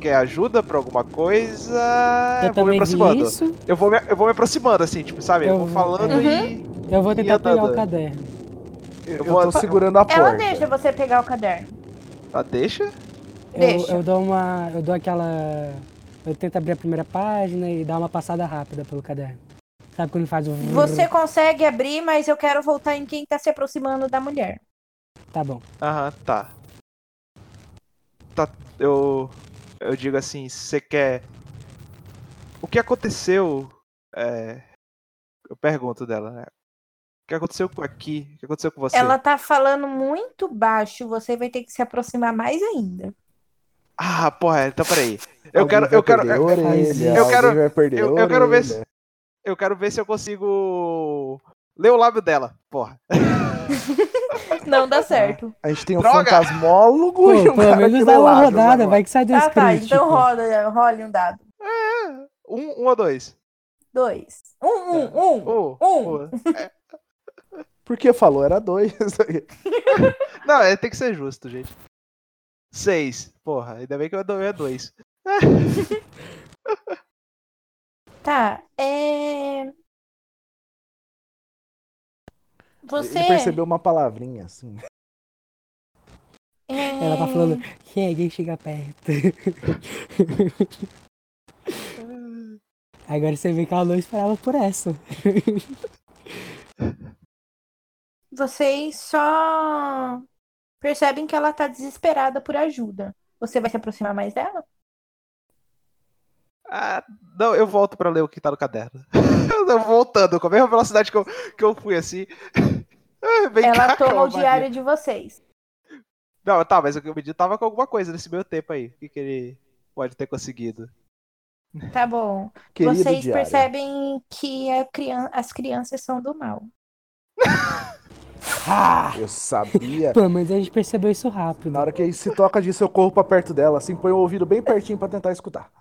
quer ajuda pra alguma coisa. eu
Eu
vou me
também vi
aproximando.
isso.
Eu vou me, eu vou me aproximando, assim, tipo, sabe? Eu,
Eu
vou
vou- Uhum.
falando e.
Eu vou tentar pegar
andando.
o caderno.
Eu,
vou
tô
andar-
segurando a
Ela
porta.
deixa você pegar o caderno.
Ah, deixa?
Eu,
Deixa.
eu dou uma. Eu dou aquela. Eu tento abrir a primeira página e dar uma passada rápida pelo caderno. Sabe quando faz o.
Você consegue abrir, mas eu quero voltar em quem tá se aproximando da mulher.
Tá bom.
Aham, tá. Tá, eu. Eu digo assim, você quer. O que aconteceu? É... Eu pergunto dela, né? O que aconteceu com aqui? O que aconteceu com você?
Ela tá falando muito baixo, você vai ter que se aproximar mais ainda.
Ah, porra, então peraí. Eu
Alguém
quero,
vai
eu quero,
perder a orelha,
eu
alguém
quero-
vai perder a
eu- eu quero ver
orelha.
se- eu quero ver se eu consigo ler o lábio dela, porra.
Não dá certo.
A gente tem um
Droga!
fantasmólogo
Pô,
e um
pelo
cara que
menos
lê
dá uma
lábios
rodada,
agora.
vai que sai do
Ah,
script.
tá. Então
pô.
roda, role um dado.
Um, um ou dois?
Dois. Um, um, um.
Um.
Um.
um.
Porque falou, era dois.
Não, é, tem que ser justo, gente. Seis. Porra, ainda bem que eu dou- é dois.
Tá. É... Você.
Ele percebeu uma palavrinha, assim.
é,
Ela tá falando, chega e chega perto. Agora você vê que ela não esperava por essa.
Vocês só percebem que ela tá desesperada por ajuda. Você vai se aproximar mais dela?
Ah, não, eu volto pra ler o que tá no caderno. eu tô voltando, com a mesma velocidade que eu, que eu fui assim. Ah, Vem
Ela
cá,
toma o
calma, Maria.
diário de vocês.
Não, tá, mas o que eu pedi tava com alguma coisa nesse meio tempo aí. O que, que ele pode ter conseguido?
Tá bom.
Querido
Vocês
diário.
percebem que a crian- as crianças são do mal.
Ah, Eu sabia.
Pelo menos a gente percebeu isso rápido.
Na hora que ele se toca disso, eu corro pra perto dela, assim, põe o ouvido bem pertinho pra tentar escutar.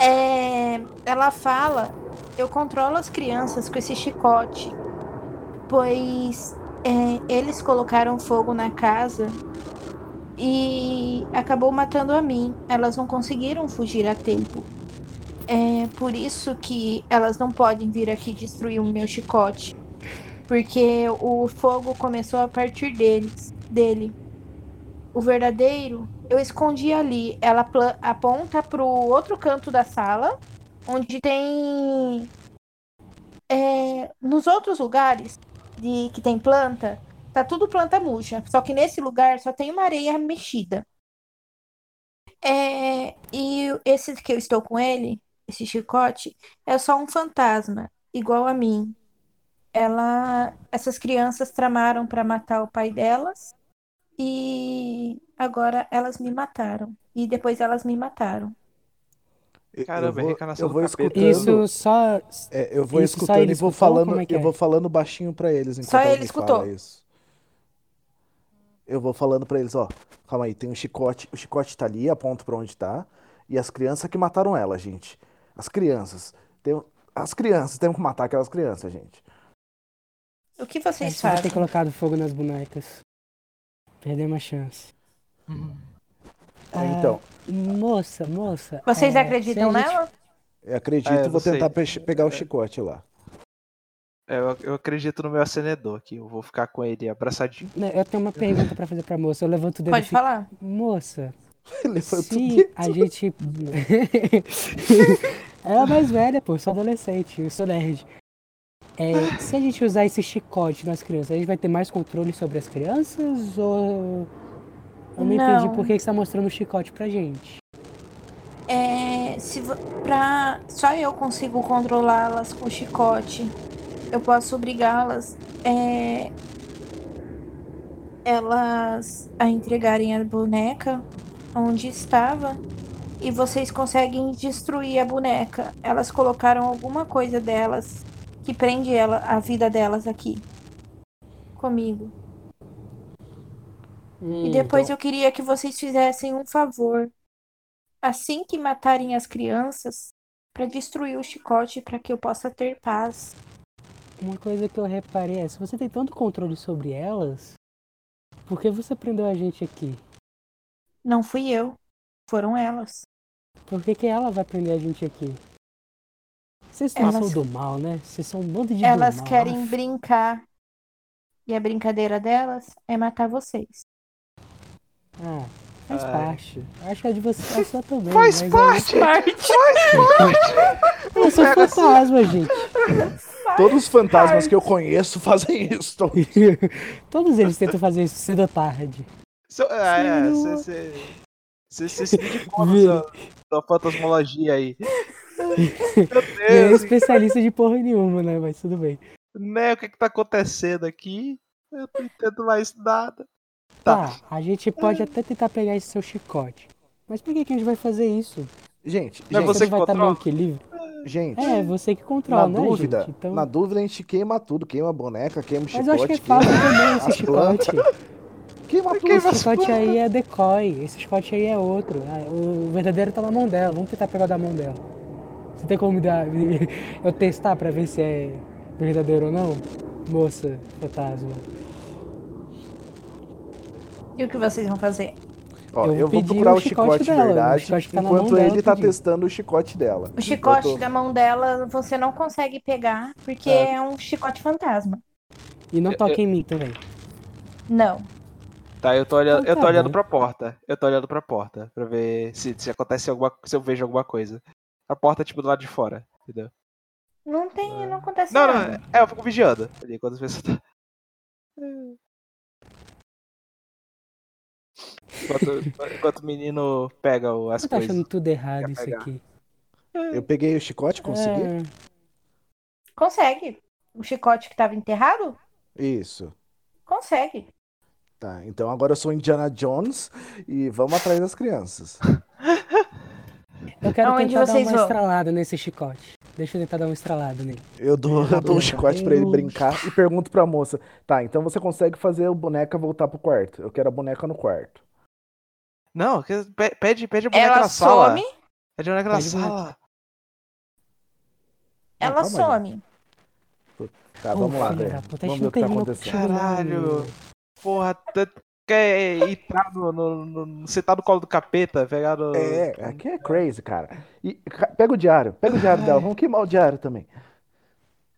É, ela fala: eu controlo as crianças com esse chicote, pois é, eles colocaram fogo na casa e acabou matando a mim. Elas não conseguiram fugir a tempo. É por isso que elas não podem vir aqui destruir o meu chicote, porque o fogo começou a partir deles, dele. O verdadeiro eu escondi ali. Ela pla- aponta pro outro canto da sala, onde tem. é, nos outros lugares de que tem planta, tá tudo planta murcha. Só que nesse lugar só tem uma areia mexida. É, e esse que eu estou com ele, esse chicote, é só um fantasma, igual a mim. Ela, essas crianças tramaram para matar o pai delas. E agora elas me mataram. E depois elas me mataram.
Eu-
Caramba,
eu vou,
reencarnação
eu
do
vou
capeta.
escutando.
Isso só.
é, eu vou
isso só
escutando
ele
e vou
escutou?
falando,
Como é que
eu
é?
vou falando baixinho pra eles enquanto
ele
alguém
escutou.
fala isso. Eu vou falando pra eles, ó, calma aí, tem um chicote, o chicote tá ali, aponto pra onde tá, e as crianças que mataram ela, gente. As crianças, tem, um, as crianças, temos que matar aquelas crianças, gente.
O que
A
vocês
gente vai ter
fazem?
colocado fogo nas bonecas. Perdemos a chance.
É, Então,
Moça, moça.
Vocês
é,
acreditam
se a gente-
nela?
eu acredito,
É, eu
vou
sei.
tentar pe- pegar o chicote lá.
É, Eu, eu acredito no meu acendedor aqui. Eu vou ficar com ele abraçadinho.
Né, Eu tenho uma pergunta pra fazer pra moça. Eu levanto o dedo e
Pode
fico,
falar.
Moça,
Levanta o
se
dedo.
a gente. Ela é mais velha, pô, eu sou adolescente, eu sou nerd. É, se a gente usar esse chicote nas crianças, a gente vai ter mais controle sobre as crianças? Ou. Eu não,
Não.
entendi por que que você tá mostrando o chicote pra gente.
É, se vo- pra- só eu consigo controlá-las com o chicote. eu posso obrigá-las é, elas a entregarem a boneca onde estava e vocês conseguem destruir a boneca. Elas colocaram alguma coisa delas que prende ela, a vida delas aqui comigo. E
Então
depois eu queria que vocês fizessem um favor. Assim que matarem as crianças, para destruir o chicote para que eu possa ter paz. então.
Uma coisa que eu reparei é, se você tem tanto controle sobre elas, por que você prendeu a gente aqui?
Não fui eu, foram elas.
Por que, que ela vai prender a gente aqui? Vocês não
Elas-
são do mal, né? Vocês são um bando de do
Elas
mal.
querem brincar. E a brincadeira delas é matar vocês.
Ah, faz
Ai.
parte. Acho que a de vocês a sua também.
Faz
mas
parte!
Eu, eu sou fantasma, gente.
Todos os fantasmas que eu conheço fazem isso. Tom.
Todos eles tentam fazer isso cedo ou tarde.
So, ah, é,
Senhor.
você- você você se dedicou
Vira.
na sua- sua fantasmologia aí. Meu
Eu não sou
Deus,
especialista de porra nenhuma, né? Mas tudo bem.
né? O que que tá acontecendo aqui? Eu não entendo mais nada.
Tá, a gente pode até tentar pegar esse seu chicote. Mas por que, que a gente vai fazer isso?
Gente,
Não é
gente,
você que
vai estar meio
controla?
que livre?
gente,
É, você que controla,
na
né,
dúvida,
gente? Então...
na dúvida a gente queima tudo, queima a boneca, queima o
Mas eu acho que é
chicote,
fácil
queima,
também
as
esse chicote.
queima tudo.
Esse chicote aí é decoy, esse chicote aí é outro. Ah, O verdadeiro tá na mão dela, vamos tentar pegar da mão dela. Você tem como me dar, eu testar pra ver se é verdadeiro ou não? Moça, fantasma.
E o que vocês vão fazer?
Ó,
Eu
eu vou
pedi
procurar
o
o
chicote
chicote de
dela, o
verdade,
chicote tá na mão
enquanto
dela,
ele tá
pedi.
testando o chicote dela.
O chicote
Enquanto-
da mão dela você não consegue pegar porque
Tá.
é um chicote fantasma.
E não
Eu-
toque em mim também.
Não.
Tá, eu tô olhando,
Então
eu
tá
tô olhando
bom.
pra porta. Eu tô olhando pra porta. Pra ver se, se acontece alguma se eu vejo alguma coisa. A porta, tipo, do lado de fora. Entendeu?
Não tem, não acontece
Não,
nada.
não. É, eu fico vigiando. Ali, quando as pessoas tá. Enquanto, enquanto o menino pega o- as
Você tá achando
coisas.
tudo errado
Quer
isso
pegar.
aqui.
Eu peguei o chicote, consegui?
É,
Consegue. O chicote que estava enterrado?
Isso.
Consegue.
Tá, então agora eu sou Indiana Jones e vamos atrás das crianças.
eu quero
Aonde
tentar dar
vocês
uma
vão?
estralada nesse chicote. Deixa eu tentar dar uma estralada nele.
Eu dou, eu dou um
Meu
chicote pra ele
Deus.
brincar e pergunto pra moça: tá, então você consegue fazer a boneca voltar pro quarto? Eu quero a boneca no quarto.
Não, que- pe- pede, pede a boneca
Ela
na sala.
some,
Pede a boneca na
Pede a boneca.
sala.
Não,
ela
calma,
some.
Tá,
Ô,
vamos lá,
filho
velho.
da puta, a
Vamos
gente
ver
não
o que tá
terminou
acontecendo.
contigo, não,
Caralho.
menino.
Porra, tanto quer entrar no, no, no, no. Sentar no colo do capeta, tá pegar no.
É, aqui é crazy, cara. E ca- pega o diário, pega o diário dela, vamos queimar o diário também.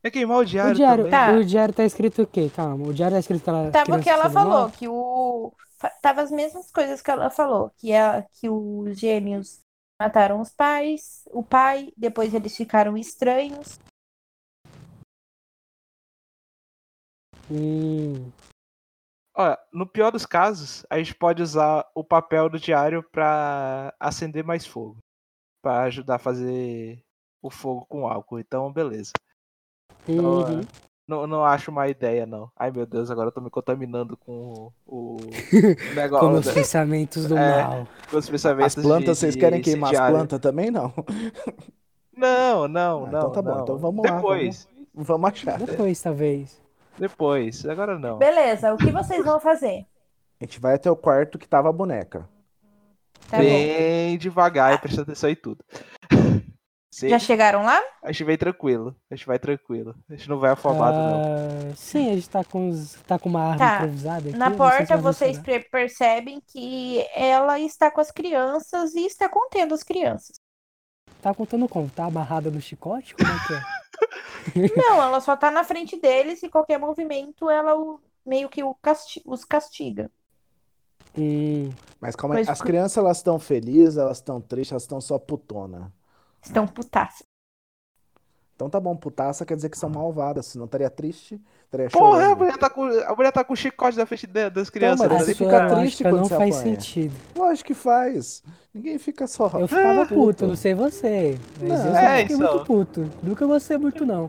É queimar o diário.
O diário,
também.
tá.
o diário tá escrito o quê? Calma, o diário tá escrito que ela.
Tava o
criança
que ela
fazendo mal?
falou, que o. fa- Tava as mesmas coisas que ela falou. Que, ela, que os gêmeos mataram os pais, o pai, depois eles ficaram estranhos.
Hum,
Olha, no pior dos casos, a gente pode usar o papel do diário pra acender mais fogo. Pra ajudar a fazer o fogo com álcool. Então, beleza. Então,
uhum.
Não, não acho uma ideia, não. Ai, meu Deus, agora eu tô me contaminando com o, o
Com
negócio.
meus
né?
pensamentos do
É.
mal.
Com os pensamentos
As plantas,
de-
vocês
de
querem queimar as
incendiário.
plantas também? Não.
Não, não,
Ah,
não.
então tá bom,
não.
então vamos lá,
Depois,
Vamos achar.
Depois, talvez.
depois. Agora não.
Tá
Beleza, o que vocês vão fazer?
A gente vai até o quarto que tava a boneca.
Tá bom.
Bem devagar e prestando atenção em tudo. Sim,
Já chegaram lá?
a gente vem tranquilo. A gente vai tranquilo. A gente não vai afobado, não.
Ah, Sim, a gente tá com, os- tá com uma arma
Tá.
improvisada aqui. eu
Na
não sei se
porta
vai
vocês
funcionar.
pre- percebem que ela está com as crianças e está contendo as crianças.
Tá contando como? Tá amarrada no chicote? Como é que é?
Não, ela só tá na frente deles e qualquer movimento ela o- meio que o casti- os castiga.
Hum,
Mas calma aí,
Mas
as
co-
crianças elas estão felizes, elas estão tristes, elas estão só putona.
Estão putaças.
Então tá bom, putaça quer dizer que são malvadas, senão estaria triste, estaria
Porra, a
chorando.
mulher tá com, a mulher tá com o chicote na frente de- das crianças.
mas
tá
a
você
nem
fica
sua
triste
lógica
quando
não
você
faz
apanha.
sentido.
Lógico que faz. Ninguém fica só. É.
Eu ficava puto, não sei você. Mas
Não, então.
eu sempre
é
fiquei
isso.
muito puto. Nunca gostei muito, não.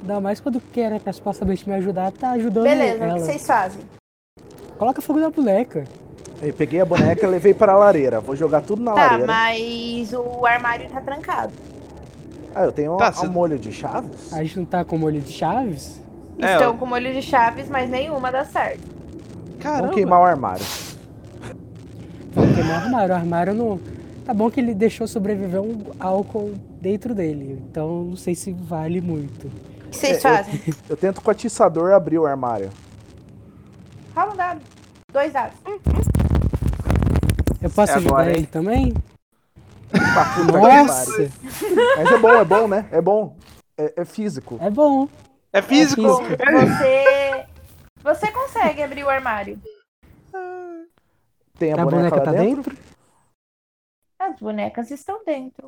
Ainda mais quando quer, né? Pra supostamente me ajudar, tá ajudando
Beleza, o
ela.
que vocês fazem?
Coloca fogo na boneca.
Eu peguei a boneca e levei para a lareira. Vou jogar tudo na
Tá,
lareira.
mas o armário tá trancado.
Ah, eu tenho
Tá,
um,
cê-
um molho de chaves?
A gente não tá com molho de chaves?
É,
Estão
eu-
com molho de chaves, mas nenhuma dá certo.
Caramba.
Vamos queimar o armário.
Vamos queimar o armário. O armário não. Tá bom que ele deixou sobreviver um álcool dentro dele. Então não sei se vale muito.
O que vocês
É, eu-
fazem?
Eu tento com o atiçador abrir o armário.
Rola um dado. Dois dados.
Eu posso
É
ajudar
agora, hein?
ele também?
Pra puta que pariu.
Nossa!
Mas é bom, é bom, né? É bom. É, é físico.
É bom.
É físico.
Bom, você. Você consegue abrir o armário.
Tem a,
A
boneca,
boneca
lá
tá
dentro.
dentro?
As bonecas estão dentro.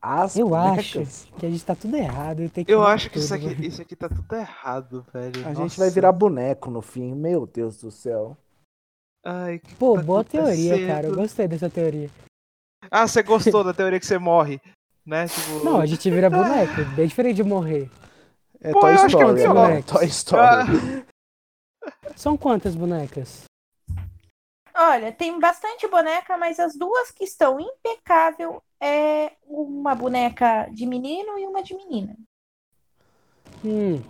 As
Eu acho
bonecas.
que a gente tá tudo errado. Eu, tenho que
Eu
mudar
acho que isso
tudo,
aqui,
né?
isso aqui tá tudo errado, velho.
A gente
Nossa.
vai virar boneco no fim. Meu Deus do céu.
Ai, que
Pô,
tá
boa teoria,
acontecendo?
cara. Eu gostei dessa teoria.
Ah, você gostou da teoria que você morre, né? Tipo,
Não, a gente vira boneca. Bem diferente de morrer.
É
Pô,
Toy
eu acho que é um
Story. né? Ah.
boneco.
Toy Story.
São quantas bonecas?
Olha, tem bastante boneca, mas as duas que estão impecável é uma boneca de menino e uma de menina.
Hum,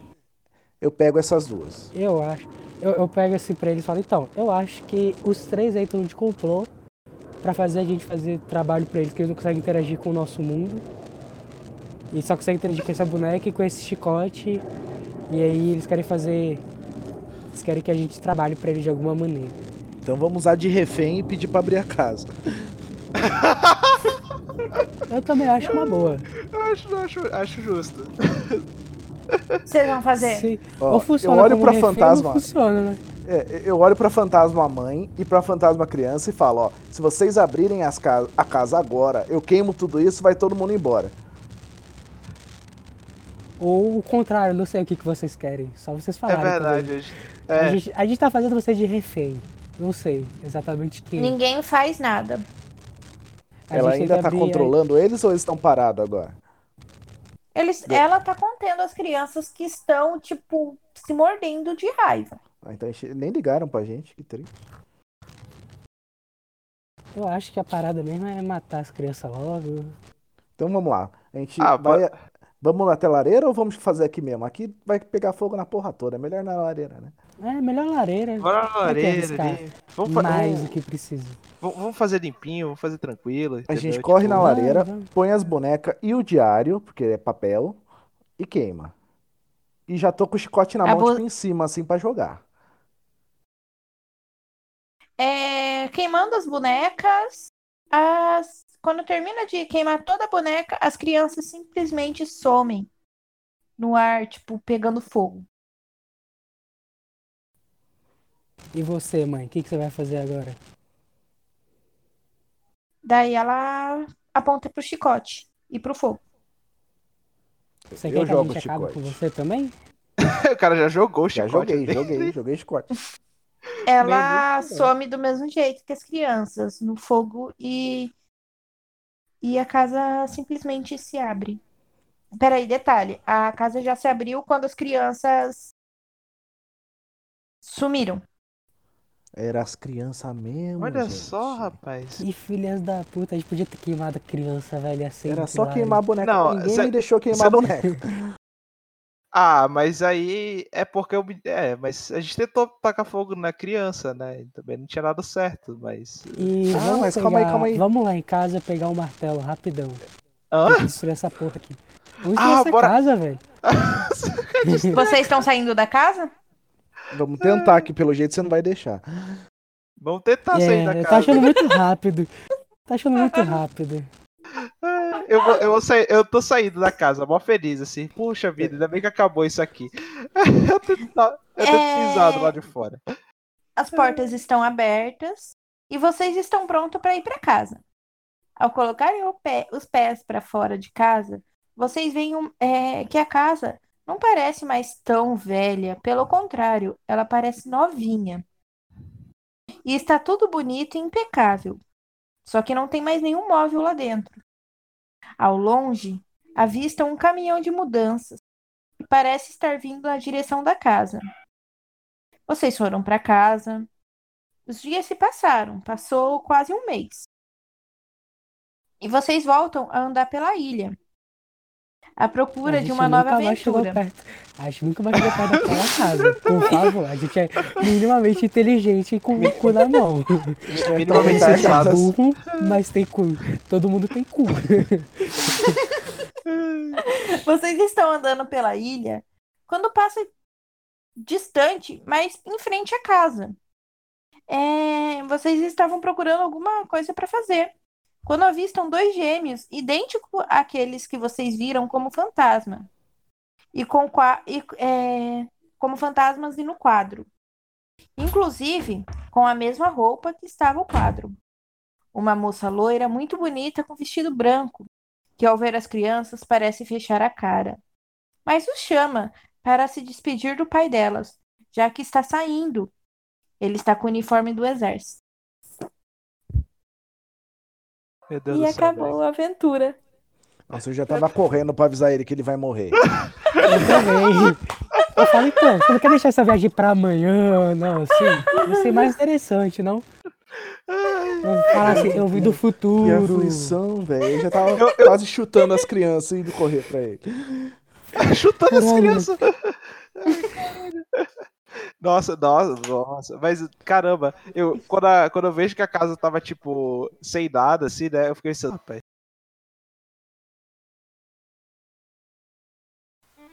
Eu pego essas duas.
eu acho. Eu, eu pego assim pra ele e falo, então, eu acho que os três aí que a gente comprou pra fazer a gente fazer trabalho pra eles, que eles não conseguem interagir com o nosso mundo. E só conseguem interagir com essa boneca e com esse chicote. E aí eles querem fazer. Eles querem que a gente trabalhe pra eles de alguma maneira.
Então vamos usar de refém e pedir pra abrir a casa.
Eu também acho uma boa.
Eu acho, acho, acho justo.
Vocês vão fazer?
Se-
Ó,
ou funciona
eu olho
como
pra
refém, ou não
fantasma.
funciona, né?
É, eu olho pra fantasma mãe e pra fantasma criança e falo, ó, se vocês abrirem as ca- a casa agora, eu queimo tudo isso, vai todo mundo embora.
Ou o contrário, não sei o que, que vocês querem. Só vocês
É
falarem.
verdade.
também.
gente.
A,
É,
gente, a gente tá fazendo vocês de refém. Não sei exatamente quem.
Ninguém faz nada.
A
Ela
gente tem
ainda
que
tá
abrir-
controlando eles ou eles estão parados agora?
Eles, ela tá contendo as crianças que estão, tipo, se mordendo de raiva.
Ah, então enche- nem ligaram pra gente, que triste.
Eu acho que a parada mesmo é matar as crianças logo.
Então vamos lá. A gente
Ah,
vai. Vamos na telareira ou vamos fazer aqui mesmo? Aqui vai pegar fogo na porra toda. É melhor na lareira, né?
É, melhor lareira.
bora na
Vai ter
lareira
arriscar.
ali. Vamos, um fa-
Mais do
vamos-
que precisa.
vamos- vamos fazer limpinho, vamos fazer tranquilo.
A
entendeu? Tipo,
gente corre na
Vamos,
lareira,
vamos.
põe as bonecas e o diário, porque é papel, e queima. E já tô com o chicote na
A
mão,
bo-
tipo, em cima, assim, pra jogar.
É, queimando as bonecas. As... Quando termina de queimar toda a boneca, as crianças simplesmente somem no ar, tipo, pegando fogo.
E você, mãe? O que, que você vai fazer agora?
Daí ela aponta pro chicote e pro fogo.
Você
Eu
quer que a
jogo
gente acabe
chicote.
com você também?
O cara já jogou o
Já
chicote. né?
joguei,
dele.
joguei, joguei chicote.
Ela
Mesmo
some do mesmo jeito que as crianças no fogo e e a casa simplesmente se abre. Peraí, detalhe, a casa já se abriu quando as crianças sumiram.
Era as crianças mesmo.
Olha
gente.
só, rapaz.
Que filhas da puta, a gente podia ter queimado a criança, velho. Assim,
Era só queimar a boneca.
Não,
Ninguém
cê-
me deixou queimar
cê
a
não-
boneca.
Ah, mas aí é porque eu. me- É, mas a gente tentou tacar fogo na criança, né? E também não tinha dado certo, mas.
E
Ah,
vamos
mas calma aí,
pegar-
calma aí. Ah!
Vamos lá em casa pegar o martelo, rapidão.
Hã?
Tem que destruir essa porra aqui. Vamos
Ah,
destruir essa
bora-
casa, velho.
Vocês estão saindo da casa?
Vamos tentar, que pelo jeito você não vai deixar.
Vamos tentar sair da
É, tá
casa.
achando muito rápido. Tá achando muito rápido.
É, Eu, vou- eu, vou sair- eu tô saindo da casa, mó feliz, assim. Puxa vida, ainda bem que acabou isso aqui. Eu tô, eu tô
É.
pisado lá de fora.
As portas estão abertas e vocês estão prontos para ir para casa. Ao colocarem o pé- os pés para fora de casa, vocês veem um- é, que a casa não parece mais tão velha. Pelo contrário, ela parece novinha. E está tudo bonito e impecável. Só que não tem mais nenhum móvel lá dentro. Ao longe, avistam um caminhão de mudanças que parece estar vindo na direção da casa. Vocês foram para casa. Os dias se passaram, passou quase um mês. E vocês voltam a andar pela ilha à procura
A
de
gente
uma nova
É, nunca mais chegou
aventura.
perto- A gente nunca mais chegou perto daquela casa. Por favor, a gente é minimamente inteligente e com o cu na mão.
Então,
Minimamente
tá
Talvez seja
sensato.
burro, mas tem cu. Todo mundo tem cu.
Vocês estão andando pela ilha quando passa distante, mas em frente à casa. É, vocês estavam procurando alguma coisa para fazer. Quando avistam dois gêmeos, idênticos àqueles que vocês viram como fantasma. E, com, qua- e, é, como fantasmas e no quadro. Inclusive, com a mesma roupa que estava o quadro. Uma moça loira muito bonita com vestido branco que ao ver as crianças parece fechar a cara. Mas os chama para se despedir do pai delas, já que está saindo. Ele está com o uniforme do exército.
Meu Deus
e
do céu,
acabou a aventura.
Nossa, eu já tava correndo pra avisar ele que ele vai morrer.
Eu também. Eu falo, então, você não quer deixar essa viagem pra amanhã, não, assim? Vai ser mais interessante, não? Vamos falar assim, eu vim do
Que
futuro.
aflição, velho. Eu já tava quase chutando as crianças e indo correr pra ele.
velho. Tá Chutando as
Caralho.
crianças. Ai, caralho. Nossa, nossa, nossa. Mas, caramba, eu, quando, a- quando eu vejo que a casa tava, tipo, sem nada, assim, né? Eu fiquei pensando, rapaz,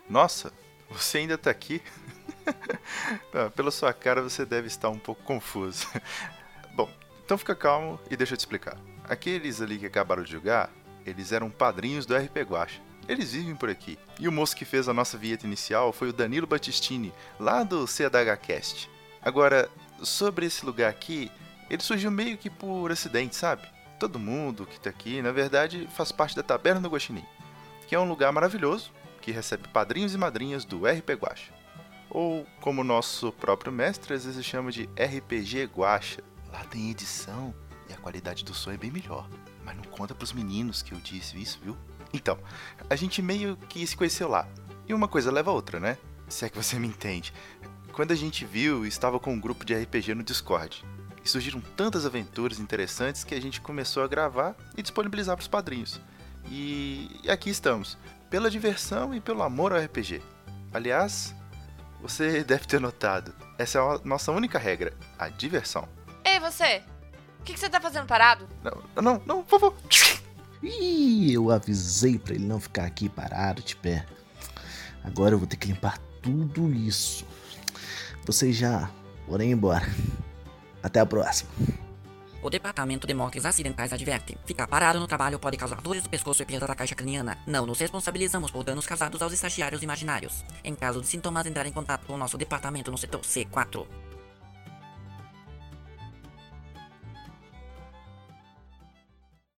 Nossa, você ainda tá aqui? Ah, Pela sua cara, você deve estar um pouco confuso. Bom, então fica calmo e deixa eu te explicar. Aqueles ali que acabaram de jogar, eles eram padrinhos do RP Guacha. Eles vivem por aqui. E o moço que fez a nossa vinheta inicial foi o Danilo Battistini, lá do CDHcast. Agora, sobre esse lugar aqui, ele surgiu meio que por acidente, sabe? Todo mundo que tá aqui, na verdade, faz parte da Taberna do Guaxinim, que é um lugar maravilhoso que recebe padrinhos e madrinhas do RP Guacha. Ou, como nosso próprio mestre às vezes chama de RPG Guacha. Lá tem edição e a qualidade do som é bem melhor. Mas não conta pros meninos que eu disse isso, viu? Então, a gente meio que se conheceu lá. E uma coisa leva a outra, né? Se é que você me entende. Quando a gente viu, estava com um grupo de RPG no Discord. E surgiram tantas aventuras interessantes que a gente começou a gravar e disponibilizar pros padrinhos. E aqui estamos pela diversão e pelo amor ao RPG. Aliás, você deve ter notado, essa é a nossa única regra, a diversão.
Ei, você! O que, que você tá fazendo parado?
Não, não, não, por favor.
Ih, eu avisei pra ele não ficar aqui parado de pé. Agora eu vou ter que limpar tudo isso. Vocês já porém embora. Até a próxima.
O Departamento de Mortes Acidentais adverte: ficar parado no trabalho pode causar dores do pescoço e perda da caixa craniana. Não nos responsabilizamos por danos causados aos estagiários imaginários. Em caso de sintomas, entrar em contato com o nosso departamento no setor C4.